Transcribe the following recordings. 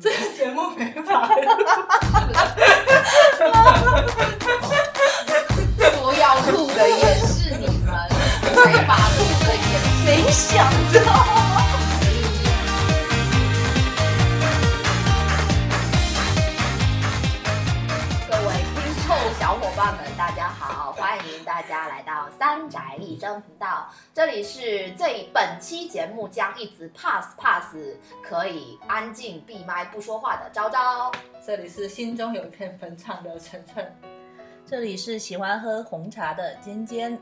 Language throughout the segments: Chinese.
这个节目没法录。不要录的也是你们，没法录的也是没想到。各位听众小伙伴们，大家好，欢迎大家来到三宅一生频道，这里是这本期节目将一直 pass pass，可以安静闭麦不说话的昭昭。这里是心中有一片坟场的晨晨，这里是喜欢喝红茶的尖尖，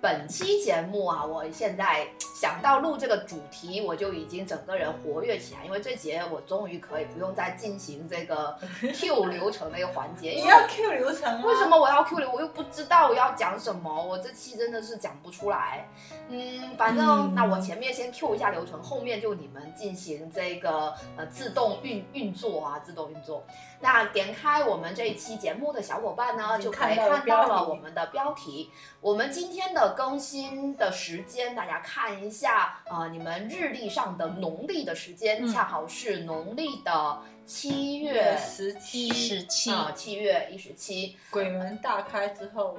本期节目啊，我现在想到录这个主题，我就已经整个人活跃起来，因为这节我终于可以不用再进行这个 Q 流程的一个环 节。你因要 Q 流程啊？ 为什么我要 Q 流？我又不知道我要讲什么，我这期真的是讲不出来。嗯，反正、嗯那我前面先 Q 一下流程，后面就你们进行这个呃自动运运作啊，自动运作。那点开我们这一期节目的小伙伴呢，已就经可以看到了看标到了题我们的标题。我们今天的更新的时间，大家看一下，呃，你们日历上的农历的时间，嗯恰好是农历的七月月十七一十七，啊，七月一十七，鬼门大开之后，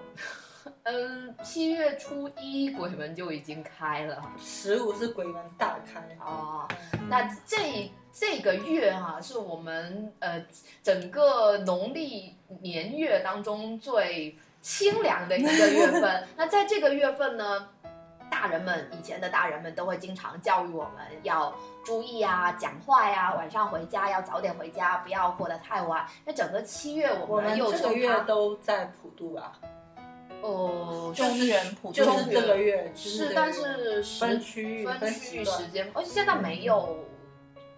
嗯，七月初一鬼门就已经开了十五是鬼门大开。哦。那这这个月哈、是我们呃整个农历年月当中最清凉的一个月份。那在这个月份呢，大人们以前的大人们都会经常教育我们要注意啊，讲话呀、晚上回家要早点回家，不要过得太晚。那整个七月我我们们又这个称月它都在普渡吧，哦，中原普就通是这个月，就是这个是月但是时分区域、分区时域段时间，而且现在没有，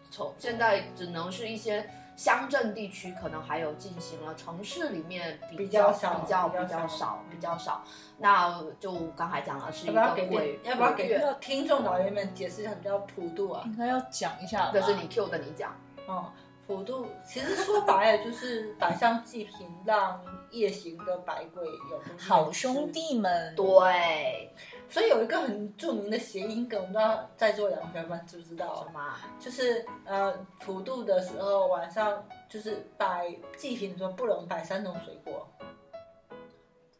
从现在只能是一些乡镇地区可能还有进行了，城市里面比比较较少比较比较比较少少嗯比较少。那就刚才讲了是要一个不要给鬼电，要不要鬼给月，听众老爷们解释一下什么叫普渡啊？应该要讲一下吧这是你 Q 的，你讲哦，普渡其实说白了就是百上济贫，让夜行的百鬼有东西吃好兄。弟们，对所以有一个很著名的谐音梗，我不知道在座两位小伙伴知不知道啊什？么？就是呃，普渡的时候晚上就是摆祭品的时候不能摆三种水果，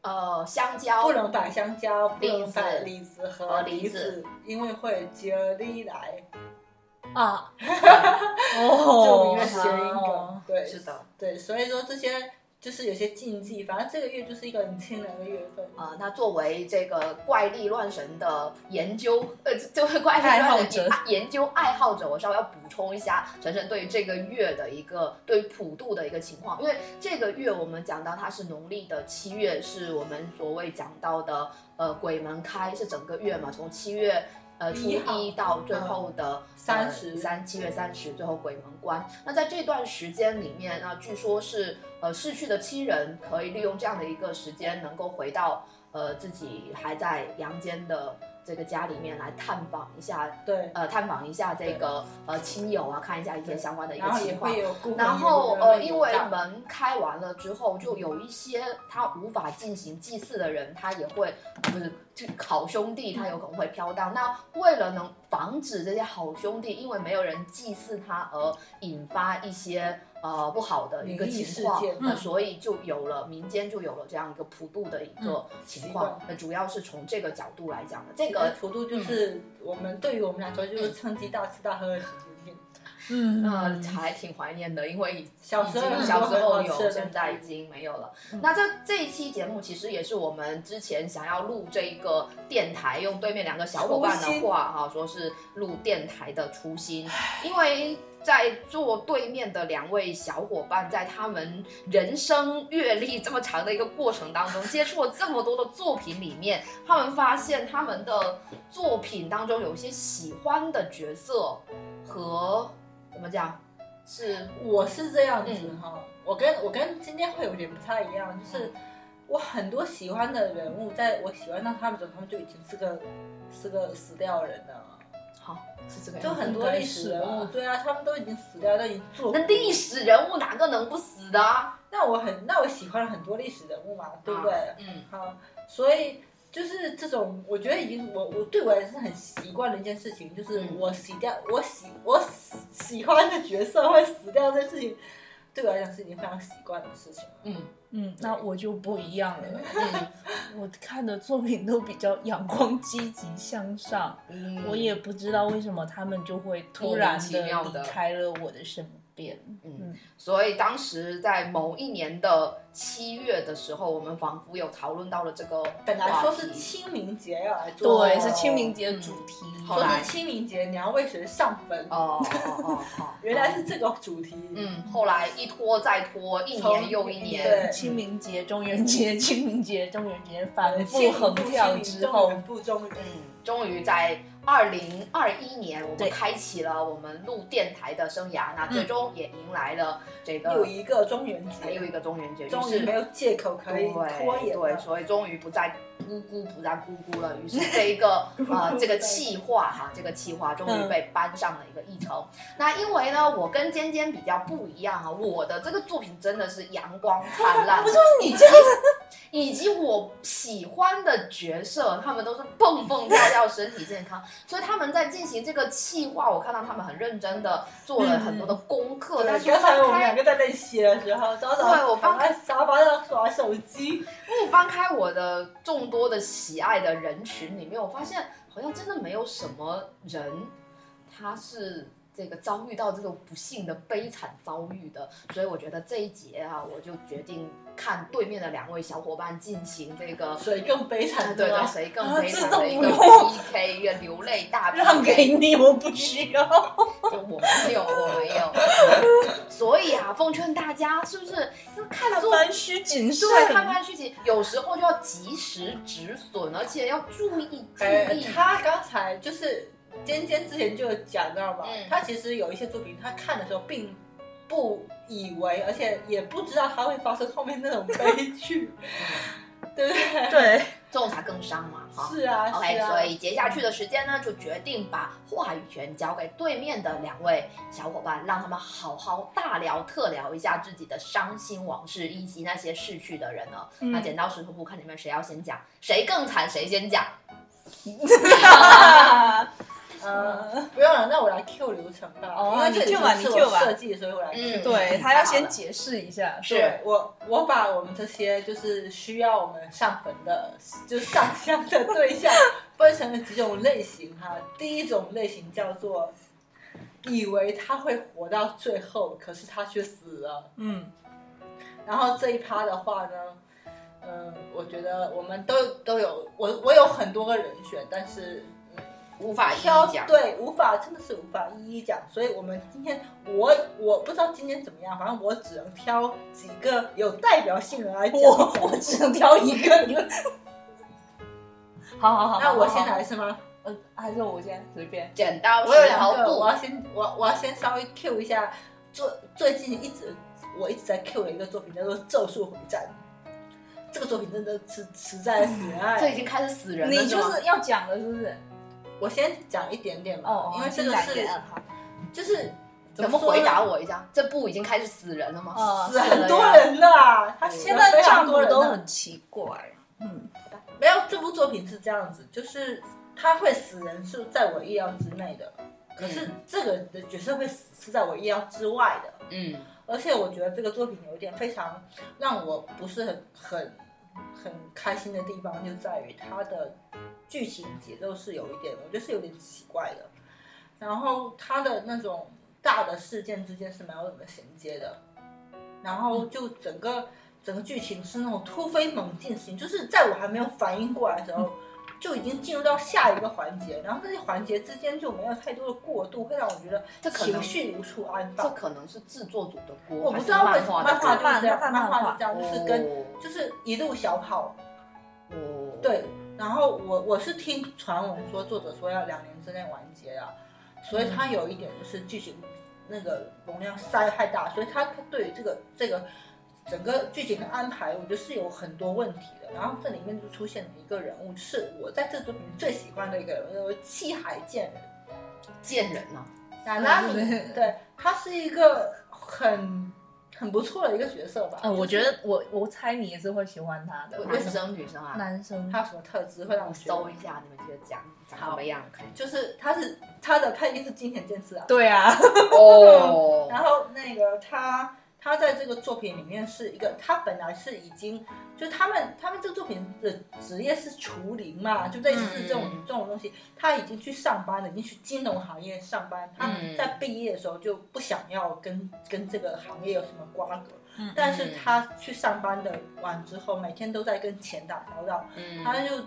呃，香蕉不能摆香蕉，不栗能子摆梨子和和梨梨子子，因为会接力来。 啊，著哦名的谐音梗，对，是的，对，所以说这些就是有些禁忌，反正这个月就是一个很清凉的月份。呃，那作为这个怪力乱神的研究，呃，就会怪力爱好乱神者啊研究爱好者，我稍微要补充一下晨晨对于这个月的一个对于普渡的一个情况，因为这个月我们讲到它是农历的七月，是我们所谓讲到的呃鬼门开是整个月嘛，从七月。呃，初一号一到嗯最后的30呃三七月三十，最后鬼门关。那在这段时间里面，那据说是呃逝去的亲人可以利用这样的一个时间，能够回到呃自己还在阳间的这个家里面来探访一下，对，呃探访一下这个呃亲友啊，看一下一些相关的一个然后也情况会。有顾然后呃，因为门开完了之后，就有一些他无法进行祭祀的人，他也会不是就好兄弟，他有可能会飘荡。那为了能防止这些好兄弟因为没有人祭祀他而引发一些呃不好的一个灵异情况事件，那嗯所以就有了民间就有了这样一个普渡的一个情况嗯习惯。那主要是从这个角度来讲的，这这个个普渡就是我们对于我们来说就是趁机大吃大喝的时间。嗯嗯还挺怀念的，因为小时候已经有小时候很好吃有，的现在已东西经没有了。嗯那这这一期节目其实也是我们之前想要录这一个电台，用对面两个小伙伴的话哈、说是录电台的初心，因为。在坐对面的两位小伙伴，在他们人生阅历这么长的一个过程 当中，接触了这么多的作品里面，他们发现他们的作品当中有一些喜欢的角色和怎么讲是我是这样子嗯哈、我跟我跟今天会有点不太一样，就是我很多喜欢的人物，在我喜欢上他们的时候，他们就已经是个是个死掉的人了。好是这个样就子很多历史人物，对啊，他们都已经死掉，都已经做过 那历史人物哪个能不死的啊？啊那我很，那我喜欢了很多历史人物嘛，对不对？嗯，好、所以就是这种，我觉得已经我我对我也是很习惯的一件事情，就是嗯我洗掉我喜我喜喜欢的角色会死掉这件事情，对我来讲是已经非常习惯的事情了。嗯嗯，那我就不一样了。嗯我看的作品都比较阳光、积极向上，嗯，我也不知道为什么他们就会突然莫名其妙的地离开了我的身边。嗯，所以当时在某一年的七月的时候，我们仿佛有讨论到了这个本来说话是题清明节要来做，对，是清明嗯节主题。好说啦是清明节你要为谁上坟，哦哦哦哦，原来是这个主题。嗯，后来一拖再拖，一年又一年，对清明节、中元节、清明节、中元节反复嗯清明横不跳清明之中后原，不中原嗯，终于在二零二一年，我对们开启了我们录电台的生涯，那最终也迎来了这个又一个中元哎又一节，个中元节，终于于没有借口可以拖对延对，了。嗯所以终于不再咕咕不再咕咕了。于是这一 个呃这个气化哈，这个气化终嗯于被搬上了一个议程。那因为呢，我跟尖尖比较不一样啊，我的这个作品真的是阳光 灿烂，不是你这样 以及我喜欢的角色，他们都是蹦蹦跳跳，身体健康，所以他们在进行这个气化，我看到他们很认真的做了很多的功课，但嗯是刚才我翻们开两个在那里写的时候，早早对我躺翻在沙发上耍手机，我翻开我的众多的喜爱的人群里面，我发现好像真的没有什么人，他是这个遭遇到这种不幸的悲惨遭遇的，所以我觉得这一节啊，我就决定看对面的两位小伙伴进行 这个。所以更悲惨，对对，吧？谁更悲惨啊的一个自动不 PK，一个流泪大 PK 让给你，我不需要。就我没有，我没有。所以啊，奉劝大家，是不是要看作凡需谨慎。对，看看剧情，有时候就要及时止损，而且要注意注哎意。，他刚才就是尖尖之前就有讲到嘛，嗯他其实有一些作品，他看的时候并不以为，而且也不知道他会发生后面那种悲剧，对不对？对，这种才更伤嘛，哈。是啊， OK，是啊，所以接下去的时间呢，就决定把话语权交给对面的两位小伙伴，让他们好好大聊特聊一下自己的伤心往事，以及那些逝去的人呢。嗯那剪刀石头布，看你们谁要先讲，谁更惨谁先讲。呃，不用了，那我来 Q 流程吧，哦因为这你里 Q 吧是你 Q 我吧设计，所以我来 Q。嗯对他要先讲。解释一下，是对我，我把我们这些就是需要我们上坟的，就是上香的对象分成了几种类型哈。第一种类型叫做以为他会活到最后，可是他却死了。嗯，然后这一趴的话呢，嗯，我觉得我们都都有，我我有很多个人选，但是。嗯无法一挑一讲，对，无法真的是无法一一讲，所以我们今天我我不知道今天怎么样，反正我只能挑几个有代表性的来讲。我我只能挑一个，你们。 好好好，那我好先，来是吗？好呃，还是我先随便。剪刀我有石头两个，我布，要先我我要先稍微 Q 一下，最最近一直我一直在 Q 的一个作品叫做《咒术回战》，这个作品真的是实在是爱。这已经开始死人了，你就是吗是要讲了，是不是？我先讲一点点吧，哦，因为这个来是源好，就是怎么说呢回答我一下？这布已经开始死人了吗？哦死是很了多呀人了啊，他死现了在非常丈多夫人都了很奇怪。嗯，没有，这部作品是这样子，就是他会死人是在我意料之内的，可是这个人的角色会死是在我意料之外的。嗯而且我觉得这个作品有一点非常让我不是很很很开心的地方，就在于它的剧情节奏是有一点，我觉得是有点奇怪的。然后它的那种大的事件之间是没有怎么衔接的，然后就整个整个剧情是那种突飞猛进型，就是在我还没有反应过来的时候，就已经进入到下一个环节，然后这些环节之间就没有太多的过渡，会让我觉得这可能情绪无处安这放。可能是制作组的锅，哦我不知道还为是什么漫漫画画的就锅是这样，漫漫画画就这样，就是跟就是一路小跑，哦，对。然后我我是听传闻说作者说要两年之内完结啊，所以他有一点就是剧情那个容量塞太大，所以他对于这个这个整个剧情的安排，我觉得是有很多问题的。然后这里面就出现了一个人物，是我在这作品最喜欢的一个人物，叫做七海健人。贱人呐，啊 娜娜米，对，她是一个很很不错的一个角色吧。呃，我就是觉得我我猜你也是会喜欢他的我，为男什么生女生啊，男生他有什么特质会让我你觉得搜一下，你们觉得讲长什么样？ 看就是他是他的配音是金田健次啊，对 啊，哦然后那个他他在这个作品里面是一个，他本来是已经就他们他们这个作品的职业是厨林嘛，就类似这种、嗯这种东西，他已经去上班了，已经去金融行业上班，他嗯在毕业的时候就不想要跟跟这个行业有什么瓜葛。嗯但是他去上班的完之后，每天都在跟钱打交道，嗯他就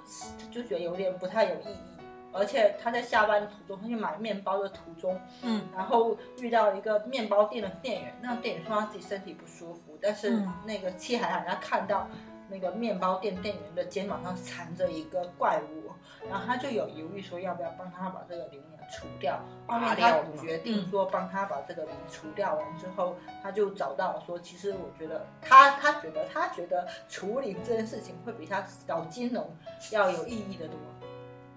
就觉得有点不太有意义，而且他在下班途中，他去买面包的途中，嗯然后遇到一个面包店的店员，那个店员说他自己身体不舒服，但是嗯那个戚海涵他看到那个面包店店员的肩膀上缠着一个怪物，然后他就有犹豫说要不要帮他把这个灵除掉。后面拔他掉是吗嗯决定说帮他把这个灵除掉完之后，他就找到说，其实我觉得他他觉得他觉得处理这件事情会比他搞金融要有意义的多。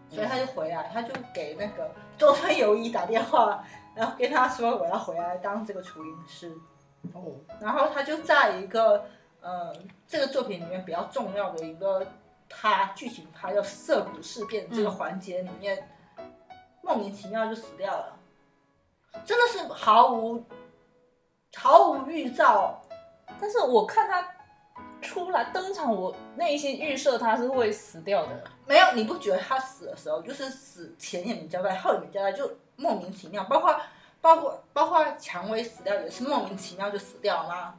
所以他就回来，他就给那个中村友一打电话，然后跟他说我要回来当这个雏鹰师。哦然后他就在一个呃这个作品里面比较重要的一个他剧情拍叫涩谷事变这个环节里面，莫名其妙就死掉了，真的是毫无毫无预兆。但是我看他出来登场，我内心预设他是会死掉的。没有，你不觉得他死的时候，就是死前也没交代，后也没交代，就莫名其妙。包括包括包括蔷薇死掉也是莫名其妙就死掉啦，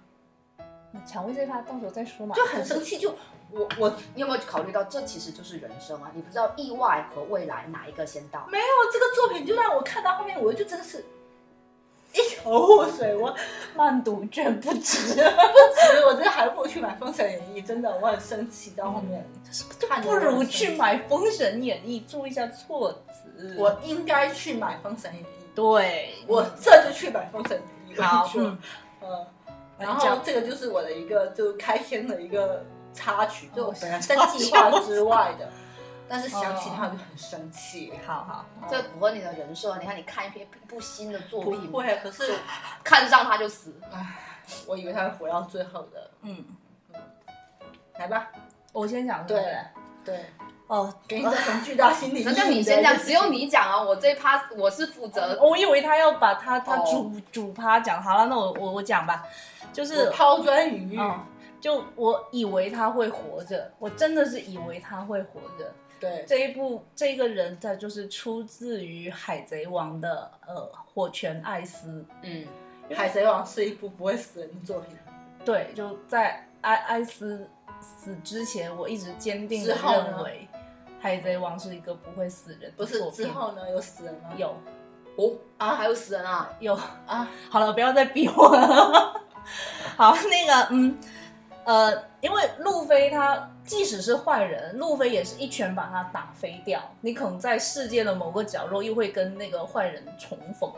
蔷薇这一趴到时候再说嘛，就很生气。就我我没你有没有考虑到这其实就是人生啊？你不知道意外和未来哪一个先到。有这个作品，就让我看到后面，我就真的是一头雾水。我慢读卷不止，其实我真的还不如去买《封神演义》，真的我很生气。到后面看着不我很如生气去买《封神演义》，注意一下措辞。我应该去买《封神演义》，对我这就去买《封神演义》。好我跟你说嗯嗯。然然后后这个就是我的一个就开篇的一个插曲，就我本来在哦计划之外的，但是想起他就很生气。好好，这符合你的人设。你看，你看一篇一部新的作不品，会，可是看上他 就死。我以为他会活到最后的。嗯，来吧，我先讲对是不是对，哦，给你造成巨大心理阴那影。就你先讲，只有。你讲啊，我这一趴我是负哦责。呃我以为他要把他他哦主、主趴讲好了，那我我我讲吧，就是我抛砖引玉，嗯，就我以为他会活着，我真的是以为他会活着。对，这一部这个人，他就是出自于《海贼王》的呃火拳艾斯，嗯， 《海贼王》是一部不会死人的作品，对，就在艾艾斯死之前，我一直坚定的之后呢认为《海贼王》是一个不会死人的不是作之品后呢有死人吗？有哦啊，还有死人啊！有啊， 好了，不要再逼我了。 好，那个，嗯，呃，因为路飞他即使是坏人，路飞也是一拳把他打飞掉。你可能在世界的某个角落又会跟那个坏人重逢，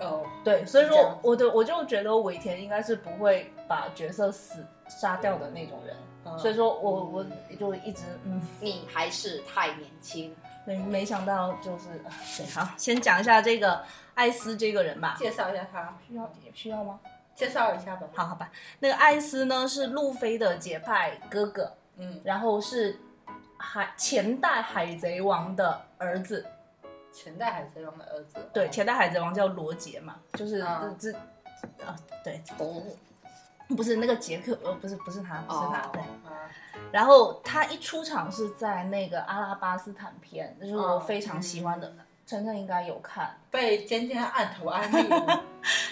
哦，对，所以是这样说子我的我就觉得尾田应该是不会把角色死杀掉的那种人，嗯所以说我我嗯就一直嗯。你还是太年轻。没没想到就是，对，好，先讲一下这个艾斯这个人吧，介绍一下他，需要需要吗？介绍一下吧。好，好吧，那个艾斯呢是路飞的结拜哥哥，嗯，然后是海前代海贼王的儿子，前代《海贼王》的儿子，对，前代海贼王叫罗杰嘛，就是啊这这、啊，对，哦不是那个杰克，呃，不是不是他，不是他，哦对。啊，然后他一出场是在那个阿拉巴斯坦篇，就是嗯我非常喜欢的，晨晨、应该有看。被尖尖按头安利了，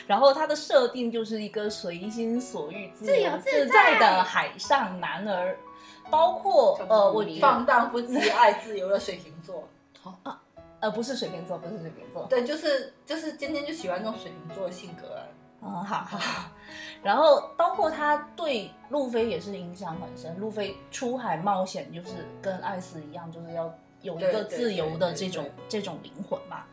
然后他的设定就是一个随心所欲、自由由自自在在的海上男儿，包括差不多呃，我迷了放荡不羁、爱自由的水瓶座。呃不是水瓶座，不是水瓶座，对，就是就是尖尖就喜欢这种水瓶座的性格啊。嗯，好好。好，然后包括他对路飞也是影响很深。路飞出海冒险就是跟艾斯一样，就是要有一对个对自由的对这对种这种灵魂嘛。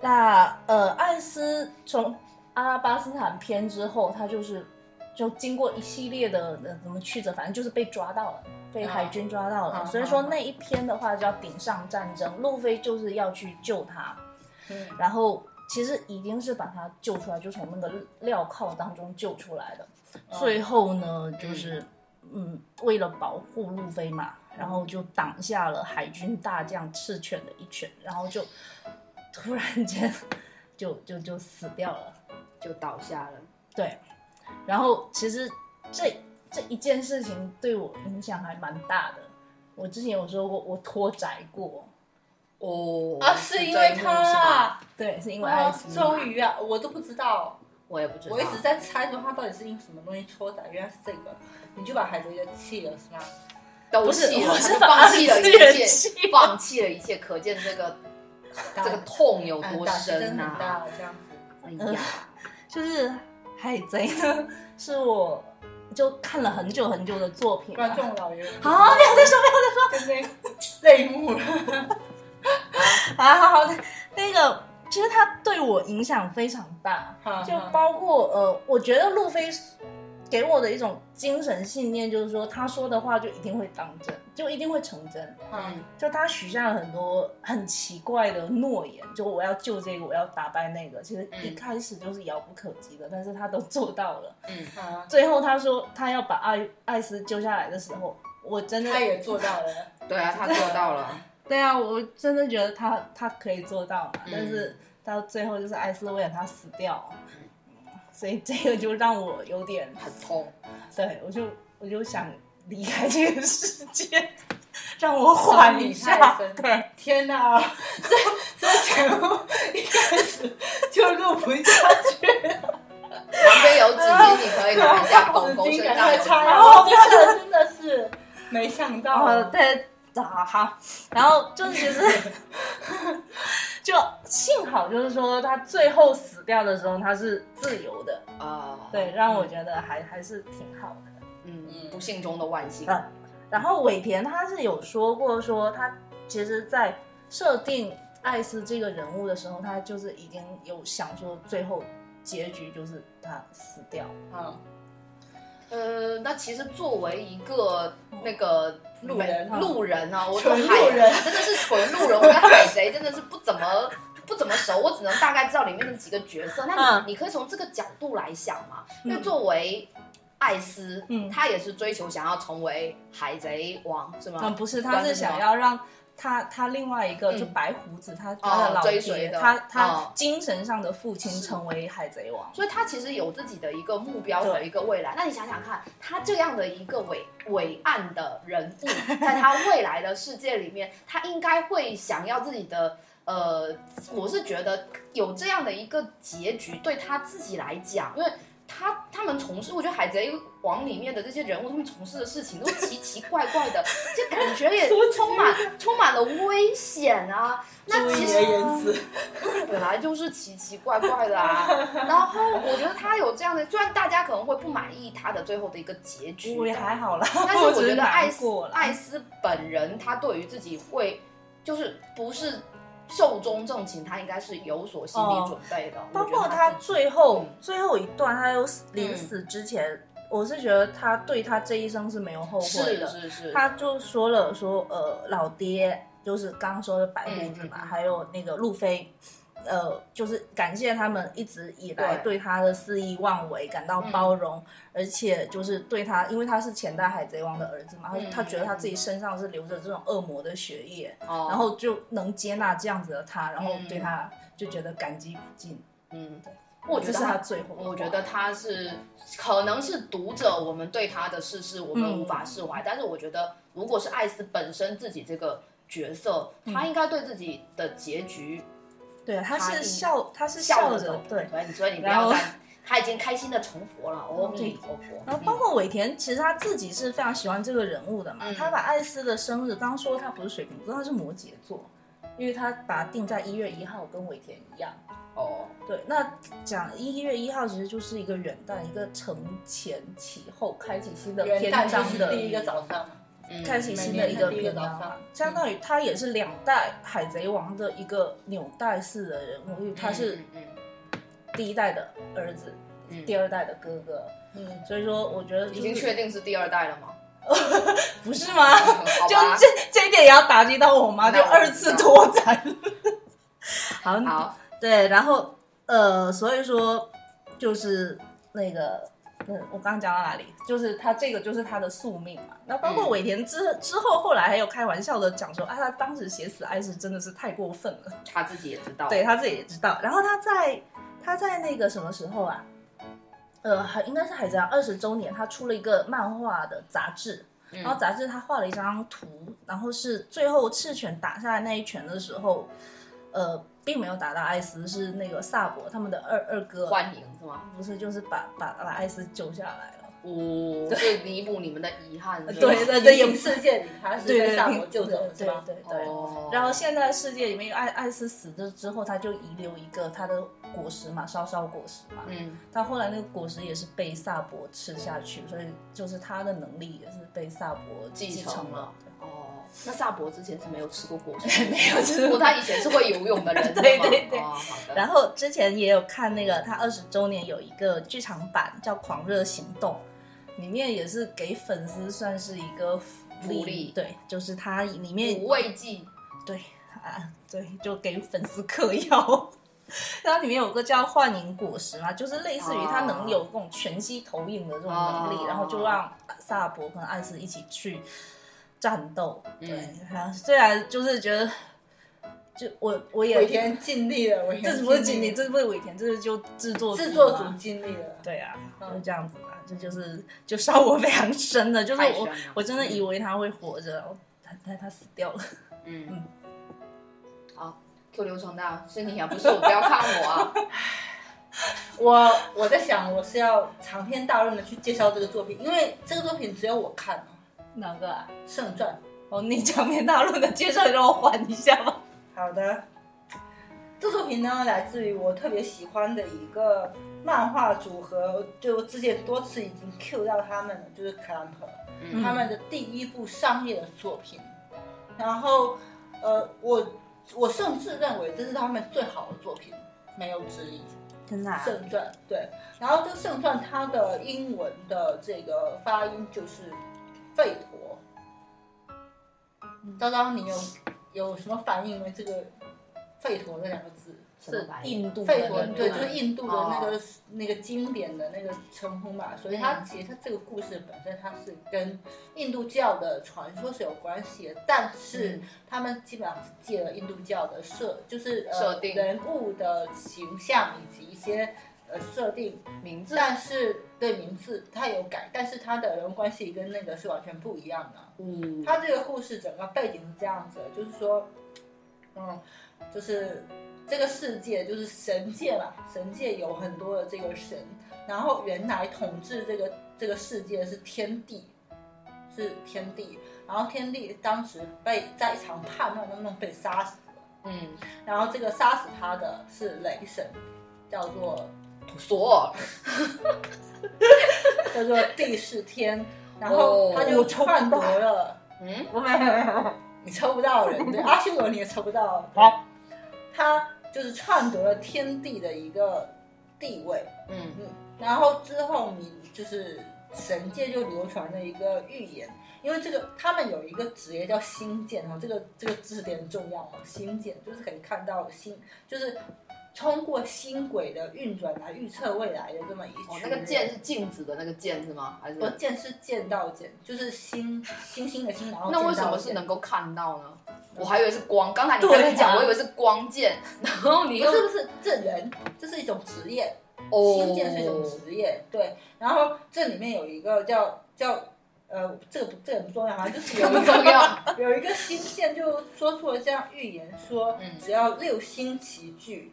那呃，艾斯从阿拉巴斯坦篇之后，他就是就经过一系列的呃怎么曲折，反正就是被抓到了，被啊海军抓到了。啊所以啊说啊那一篇的话叫顶上战争，路飞就是要去救他。嗯，然后其实已经是把他救出来，就从那个镣铐当中救出来的。最后呢，就是嗯，为了保护路飞嘛，然后就挡下了海军大将赤犬的一拳，然后就突然间就就就死掉了。就倒下了。对，然后其实这这一件事情对我影响还蛮大的。我之前有说过，我脱宅过，哦啊，是因这一为幕他是吧啊，对，是因为爱啊情。终于啊，我都不知道，我也不知道，我一直在猜说他到底是因什么东西戳的，原来是这个，你就把海贼给气了是吗？都不是弃了，我是他就把放弃了二次一元切，弃了放弃了一切，可见这 个这个痛有打嗯多打击深啊真的呐、很大，这样子。哎呀，就是海贼呢，是我就看了很久很久的作品啊嘛。观众老爷，好，不要再说，不要再就那泪目了。说，好好好，那个其实它对我影响非常大，嗯就包括呃，我觉得路飞给我的一种精神信念，就是说他说的话就一定会当真，就一定会成真。嗯嗯，就他许下了很多很奇怪的诺言，就我要救这个，我要打败那个，其实一嗯开始就是遥不可及的，但是他都做到了。啊，最后他说他要把艾艾斯救下来的时候，我真的他也做到了。对啊，他做到了，对啊，我真的觉得他他可以做到嘛，嗯但是到最后就是艾斯为了他死掉，所以这个就让我有点，很痛。对我就我就想离开这个世界，让我缓一伤下你太深。对，天哪，这这节目一开始就录不下去，旁边有纸巾，你可以拿一下 拱拱纸巾身赶上快擦，有纸巾然后真的真的是没想哦，到，对，啊好，然后就是 其实就幸好就是说他最后死掉的时候他是自由的，啊，对，让我觉得还还是挺好的。嗯，不幸中的万幸。啊然后尾田他是有说过说，他其实，在设定艾斯这个人物的时候，他就是已经有想说最后结局就是他死掉。嗯，呃，那其实作为一个那个路人美路人啊，我纯对路海人真的是纯路人，我跟海贼真的是不怎么。不怎么熟，我只能大概知道里面的几个角色。那嗯你、你可以从这个角度来想嘛，因为嗯作为艾斯，嗯他也是追求想要成为海贼王，是吗？哦嗯，不是，他是想要让他他另外一个嗯就白胡子，他他哦的老追随爹，的他他哦精神上的父亲是成为海贼王。所以他其实有自己的一个目标和对一个未来。那你想想看，他这样的一个伟伟岸的人物，在他未来的世界里面，他应该会想要自己的呃，我是觉得有这样的一个结局，对他自己来讲，因为。他他们从事，我觉得《海贼王》里面的这些人物，他们从事的事情都奇奇怪怪的，就感觉也充满充满了危险啊。那注意其你实的言辞， 本来就是奇奇怪怪的啊。 然后我觉得他有这样的，虽然大家可能会不满意他的最后的一个结 局，我也还好啦，但是我只觉是得艾难斯过了。艾斯本人他对于自己会就是不是寿终正寝，他应该是有所心理准备的。哦包我觉括得他自己最后嗯最后一段，他有死临死之前，我是觉得他对他这一生是没有后悔是的。是是，他就说了说，呃，老爹就是刚刚说的白胡子嘛，嗯嗯嗯还有那个路飞，呃，就是感谢他们一直以来对对他的肆意妄为感到包容，而且就是对他，因为他是前代海贼王的儿子嘛，他嗯他觉得他自己身上是流着这种恶魔的血液，哦然后就能接纳这样子的他，然后嗯对他就觉得感激不尽。嗯，我觉这得是他最后的话，我觉得他是可能是读者，我们对他的事事我们嗯无法释怀。但是我觉得，如果是艾斯本身自己这个角色，嗯他应该对自己的结局对，他他是应笑，他是笑笑着走，对。所以所以你不然要后再，他已经开心的成佛了，阿弥陀佛。然后包嗯括尾田，其实他自己是非常喜欢这个人物的嘛。嗯他把艾斯的生日，刚刚说他不是水瓶座，他是摩羯座，因为他把它定在一月一号，跟尾田一样。哦，对，那讲一月一号其实就是一个元旦，一个承前启后，开启新的元篇旦章就是的第一个早上，嗯开启新每的年一的个第一个篇章早嘛上，相当于他也是两代海贼王的一个纽带式的人物，因为他是嗯嗯第一代的儿子，嗯第二代的哥哥，嗯，所以说我觉得、已经确定是第二代了吗？嗯不是吗？好啊就吧这这一点也要打击到我妈，那就 我二次脱产。好，好，对，然后呃，所以说就是那个，嗯，我刚刚讲到哪里？就是他这个就是他的宿命嘛。那包括嗯尾田之之后，后来还有开玩笑的讲说，啊，他当时写死爱是真的是太过分了，他自己也知道，对，他自己也知道。然后他在他在那个什么时候啊？呃，还应该是海贼王二十周年，他出了一个漫画的杂志，嗯然后杂志他画了一张图，然后是最后赤犬打下来那一拳的时候，呃，并没有打到艾斯，是那个萨博他们的二二哥，欢迎是吗？不是就是把把把艾斯救下来了。哦，对，弥补你们的遗憾，是吧呃对对平对，也行不是世界里他是对对被对萨摩救走的是对吗？对对。哦然后现在世界里面，艾艾斯死了之后，他就遗留一个他的果实嘛，烧烧果实嘛。嗯，他后来那个果实也是被萨博吃下去，所以就是他的能力也是被萨博继继承承了了。哦，那萨博之前是没有吃过果实， 没有吃过不过他以前是会游泳 的人，对是吗对对哦好的然后之前也有看那个他二十周年有一个剧场版叫《狂热行动》，里面也是给粉丝算是一个福利，福利对，就是它里面五味剂，对啊对，就给粉丝嗑药。它里面有个叫幻影果实嘛，就是类似于它能有这种全息投影的这种能力，哦然后就让萨尔伯跟艾斯一起去战斗。对嗯，然后虽然就是觉得，就我我也尾田尽力了，尾田这不是经理，力，这不是尾田，这是就制作制作组嘛尽力了。对啊，嗯就这样子嘛，这就是就伤我非常深的，就是太深我了我真的以为他会活着，我他他他死掉了。嗯嗯，好，Q 流程到是你啊，不是我，不要看我 啊，我我在想，我是要长篇大论的去介绍这个作品，因为这个作品只有我看了，哪个啊？ 《圣传哦，你长篇大论的介绍，让我缓一下吧。》。好的，这作品呢来自于我特别喜欢的一个漫画组合，就之前多次已经 Q 到他们了，就是 Clamp。嗯他们的第一部商业的作品。然后，呃，我我甚至认为这是他们最好的作品，没有之一。真的、啊？圣传对，然后这个圣传它的英文的这个发音就是吠陀。昭昭，你有有什么反应吗？这个吠陀这两个字？什么玩意印度吠陀的对，就对是印度的那个、那个经典的那个称呼嘛，所以它其实它这个故事本身它是跟印度教的传说是有关系的，但是嗯他们基本上是借了印度教的设，就是呃设定人物的形象以及一些呃设定，名字，但是对名字它有改，但是它的人物关系跟那个是完全不一样的。嗯，他这个故事整个背景是这样子的，就是说，嗯，就是这个世界就是神界嘛，神界有很多的这个神，然后原来统治这个这个世界是天帝，是天帝，然后天帝当时被在一场叛乱当中被杀死了，嗯，然后这个杀死他的是雷神，叫做索尔，叫做帝释天，然后他就我抽不篡夺到了。嗯，我没有没有没有。你抽不到人，对，阿修罗你也抽不到。对好，他就是篡夺了天地的一个地位，嗯，嗯，然后之后你就是神界就流传了一个预言，因为这个他们有一个职业叫星舰哈，这个这个知识点很重要哦，星舰就是可以看到星，就是通过星轨的运转来预测未来的这么一群哦，那人。个剑是镜子的那个剑是吗？还是不剑是剑道剑，就是星星星的星，然后那为剑什道么剑是能够看到呢？我还以为是光，刚才你跟对我啊讲，我以为是光剑，然后你不又是不是，这人这是一种职业，哦，新建是一种职业，对。然后这里面有一个叫叫呃，这个不这个不重要，反正就是有很一重 个要。 有一个新建就说出了这样预言，说嗯只要六星齐聚，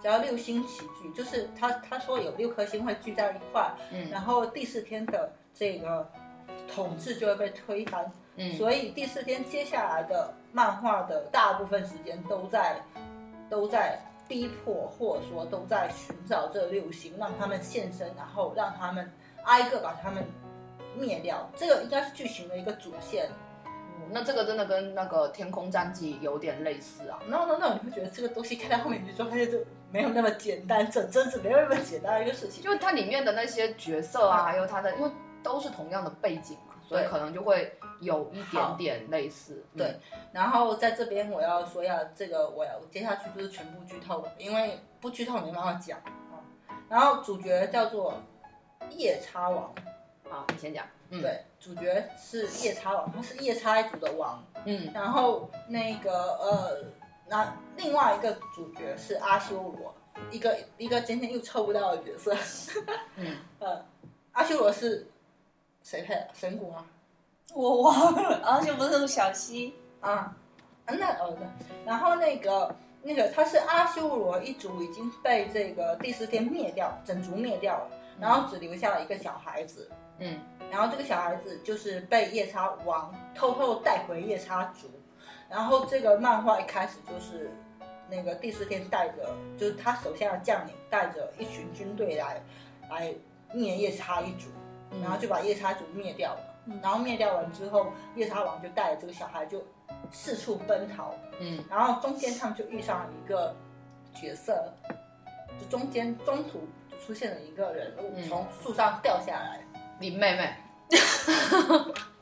只要六星齐聚，就是他他说有六颗星会聚在一块，嗯然后第四天的这个统治就会被推翻，嗯，所以第四天接下来的漫画的大部分时间都在都在逼迫，或者说都在寻找这六星，让他们现身，然后让他们挨个把他们灭掉。这个应该是剧情的一个主线。嗯那这个真的跟那个天空战记有点类似啊。 no no no，你会觉得这个东西看到后面你就发现就没有那么简单，这真是没有那么简单的一个事情。就它里面的那些角色啊，还有它的，因为都是同样的背景嘛，所以对可能就会有一点好点类似。嗯对，然后在这边我要说一下，这个我要接下去就是全部剧透了，因为不剧透没办法讲啊。然后主角叫做夜叉王，好，你先讲。嗯，，对，主角是夜叉王，他是夜叉一族的王。嗯然后那个呃，那另外一个主角是阿修罗，一个一个今天又抽不到的角色。嗯，呃，阿修罗是谁配的？啊神谷吗？我忘了，而且不是小溪，啊，啊那哦对，然后那个那个他是阿修罗一族已经被这个第四天灭掉，整族灭掉了，然后只留下了一个小孩子，嗯然后这个小孩子就是被夜叉王偷偷带回夜叉族，然后这个漫画一开始就是。那个第四天带着，就是他手下的将领带着一群军队来，来灭夜叉一族，嗯，然后就把夜叉族灭掉了。嗯然后灭掉完之后，夜叉王就带着这个小孩就四处奔逃，嗯然后中间他们就遇上了一个角色，就中间中途就出现了一个人物嗯从树上掉下来，林妹妹，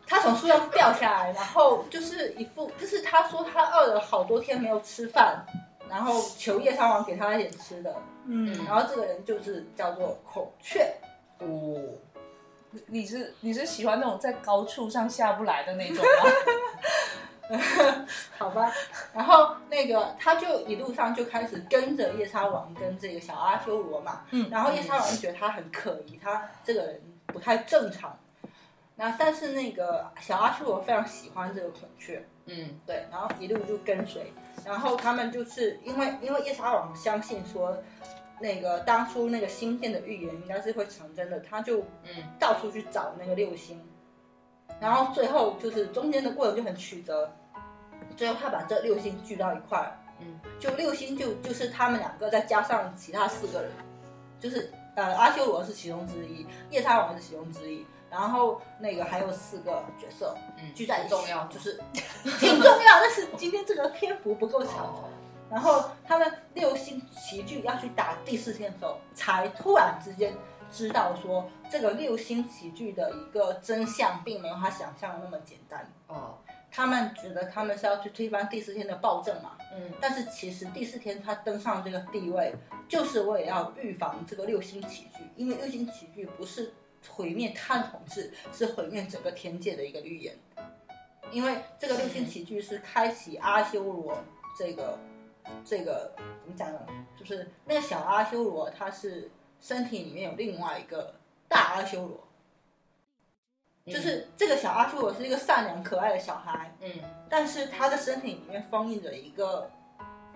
他从树上掉下来，然后就是一副就是他说他饿了好多天没有吃饭，然后求夜叉王给他一点吃的，嗯，然后这个人就是叫做孔雀，哦，你是你是喜欢那种在高处上下不来的那种吗？好吧，然后那个他就一路上就开始跟着夜叉王跟这个小阿修罗嘛，嗯然后夜叉王觉得他很可疑，他这个人不太正常。那但是那个小阿修罗非常喜欢这个孔雀，嗯对，然后一路就跟随，然后他们就是因为因为夜叉王相信说，那个当初那个星殿的预言应该是会成真的，他就嗯到处去找那个六星，然后最后就是中间的过程就很曲折，最后他把这六星聚到一块儿，嗯就六星就就是他们两个再加上其他四个人，就是呃阿修罗是其中之一，夜叉王是其中之一，然后那个还有四个角色嗯，聚在一起，重要就是挺重要，但是今天这个篇幅不够长。哦然后他们六星齐聚要去打第四天的时候，才突然之间知道说这个六星齐聚的一个真相，并没有他想象的那么简单。哦，他们觉得他们是要去推翻第四天的暴政嘛，嗯但是其实第四天他登上这个地位，就是为了要预防这个六星齐聚，因为六星齐聚不是毁灭汉统治，是毁灭整个天界的一个预言。因为这个六星齐聚是开启阿修罗这个这个怎么讲呢？就是那个小阿修罗，他是身体里面有另外一个大阿修罗，就是这个小阿修罗是一个善良可爱的小孩，嗯但是他的身体里面封印着一个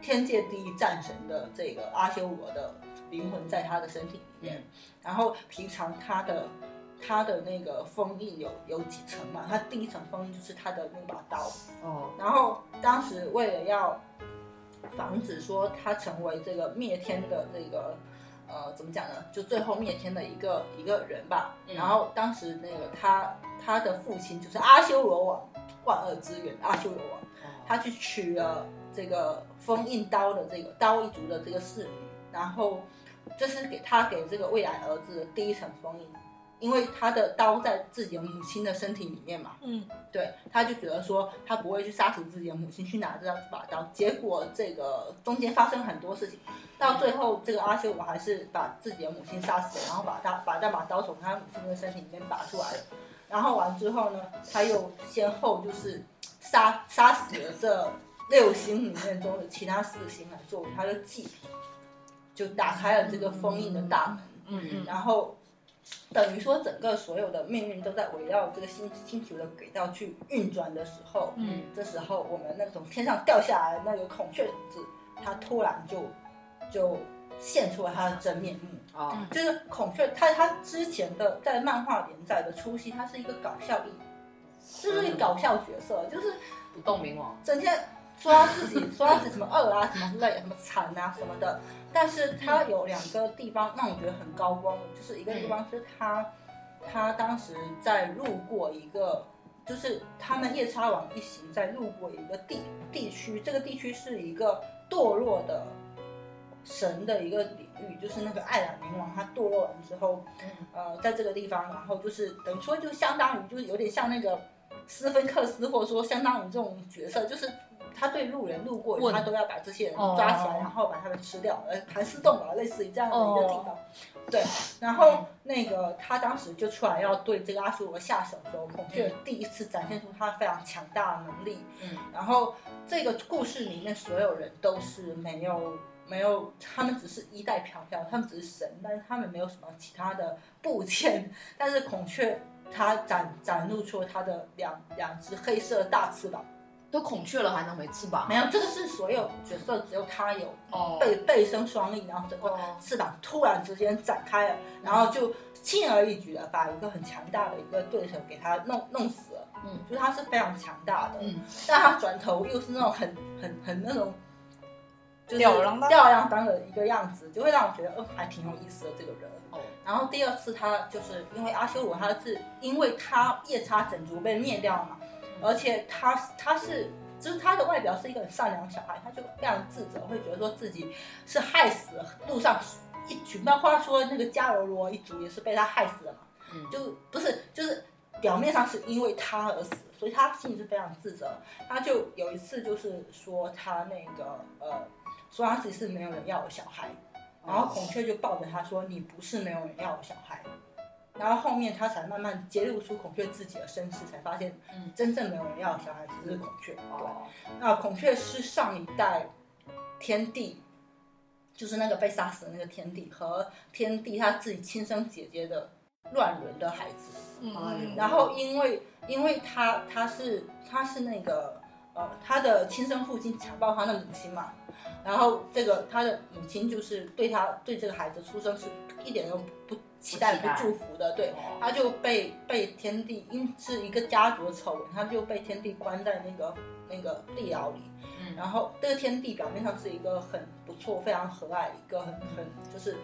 天界第一战神的这个阿修罗的灵魂在他的身体里面，嗯然后平常他的他的那个封印有有几层嘛？他第一层封印就是他的那把刀，哦然后当时为了要防止说他成为这个灭天的这个呃怎么讲呢，就最后灭天的一个一个人吧。嗯然后当时那个他他的父亲就是阿修罗王万恶之源阿修罗王，他去娶了这个封印刀的这个刀一族的这个侍女，然后这是给他给这个未来儿子的第一层封印，因为他的刀在自己的母亲的身体里面嘛。嗯，对，他就觉得说他不会去杀死自己的母亲，去拿这把刀。结果这个中间发生很多事情，到最后这个阿修罗还是把自己的母亲杀死了，然后把他把那把刀从他母亲的身体里面拔出来了。然后完之后呢，他又先后就是杀杀死了这六星里面中的其他四星来作为他的祭品，就打开了这个封印的大门。嗯嗯然后等于说整个所有的命运都在围绕这个星星球的轨道去运转的时候，嗯这时候我们那种天上掉下来的那个孔雀子，它突然就就现出了它的真面目。哦就是孔雀，它它之前的在漫画连载的初期，它是一个搞笑艺，就是一个搞笑角色，就是不动明王，整天说他自己说他自己什么饿啊、什么累、什么惨啊什么的，但是他有两个地方让我觉得很高光，就是一个地方是他他当时在路过一个，就是他们夜叉王一行在路过一个地地区，这个地区是一个堕落的神的一个领域，就是那个爱尔宁王他堕落完之后，呃，在这个地方，然后就是等于说就相当于就是有点像那个斯芬克斯，或者说相当于这种角色，就是他对路人路过人，问他都要把这些人抓起来，哦然后把他们吃掉，呃，盘丝洞吧，类似于这样的一个地方。哦对，然后那个他当时就出来要对这个阿修罗下手的时候，孔雀第一次展现出他非常强大的能力。嗯，然后这个故事里面所有人都是没有没有，他们只是一代飘飘，他们只是神，但是他们没有什么其他的部件。但是孔雀它展展露出了它的两两只黑色的大翅膀，都孔雀了还能没翅膀？没有，这个是所有角色只有它有哦嗯背背生双翼，然后整个哦翅膀突然之间展开了，然后就轻而易举的把一个很强大的一个对手给他弄弄死了。嗯，就是他是非常强大的，嗯，但他转头又是那种很很很那种，就是吊儿郎当吊儿郎当的一个样子，就会让我觉得，哦，还挺有意思的这个人。哦然后第二次他就是因为阿修罗，他是因为他夜叉整族被灭掉嘛，而且他他是就是他的外表是一个很善良的小孩，他就非常自责，会觉得说自己是害死了路上一群，包括说那个迦楼罗一族也是被他害死的嘛，嗯就不是就是表面上是因为他而死，所以他心里是非常自责。他就有一次就是说他那个呃，说他自己是没有人要的小孩，然哦后孔雀就抱着他说：“你不是没有人要的小孩。”然后后面他才慢慢揭露出孔雀自己的身世，才发现嗯真正没有人要的小孩只是孔雀。对，嗯哦那孔雀是上一代天帝，就是那个被杀死的那个天帝和天帝他自己亲生姐姐的乱伦的孩子。嗯然后因为因为他他是他是那个呃他的亲生父亲强暴他的母亲嘛，然后这个他的母亲就是对他对这个孩子出生是一点都不不期待不期不待祝福的，对，哦他就被被天帝因是一个家族的丑闻，他就被天帝关在那个那个地牢里，嗯然后这个天帝表面上是一个很不错、非常和蔼、一个很很就是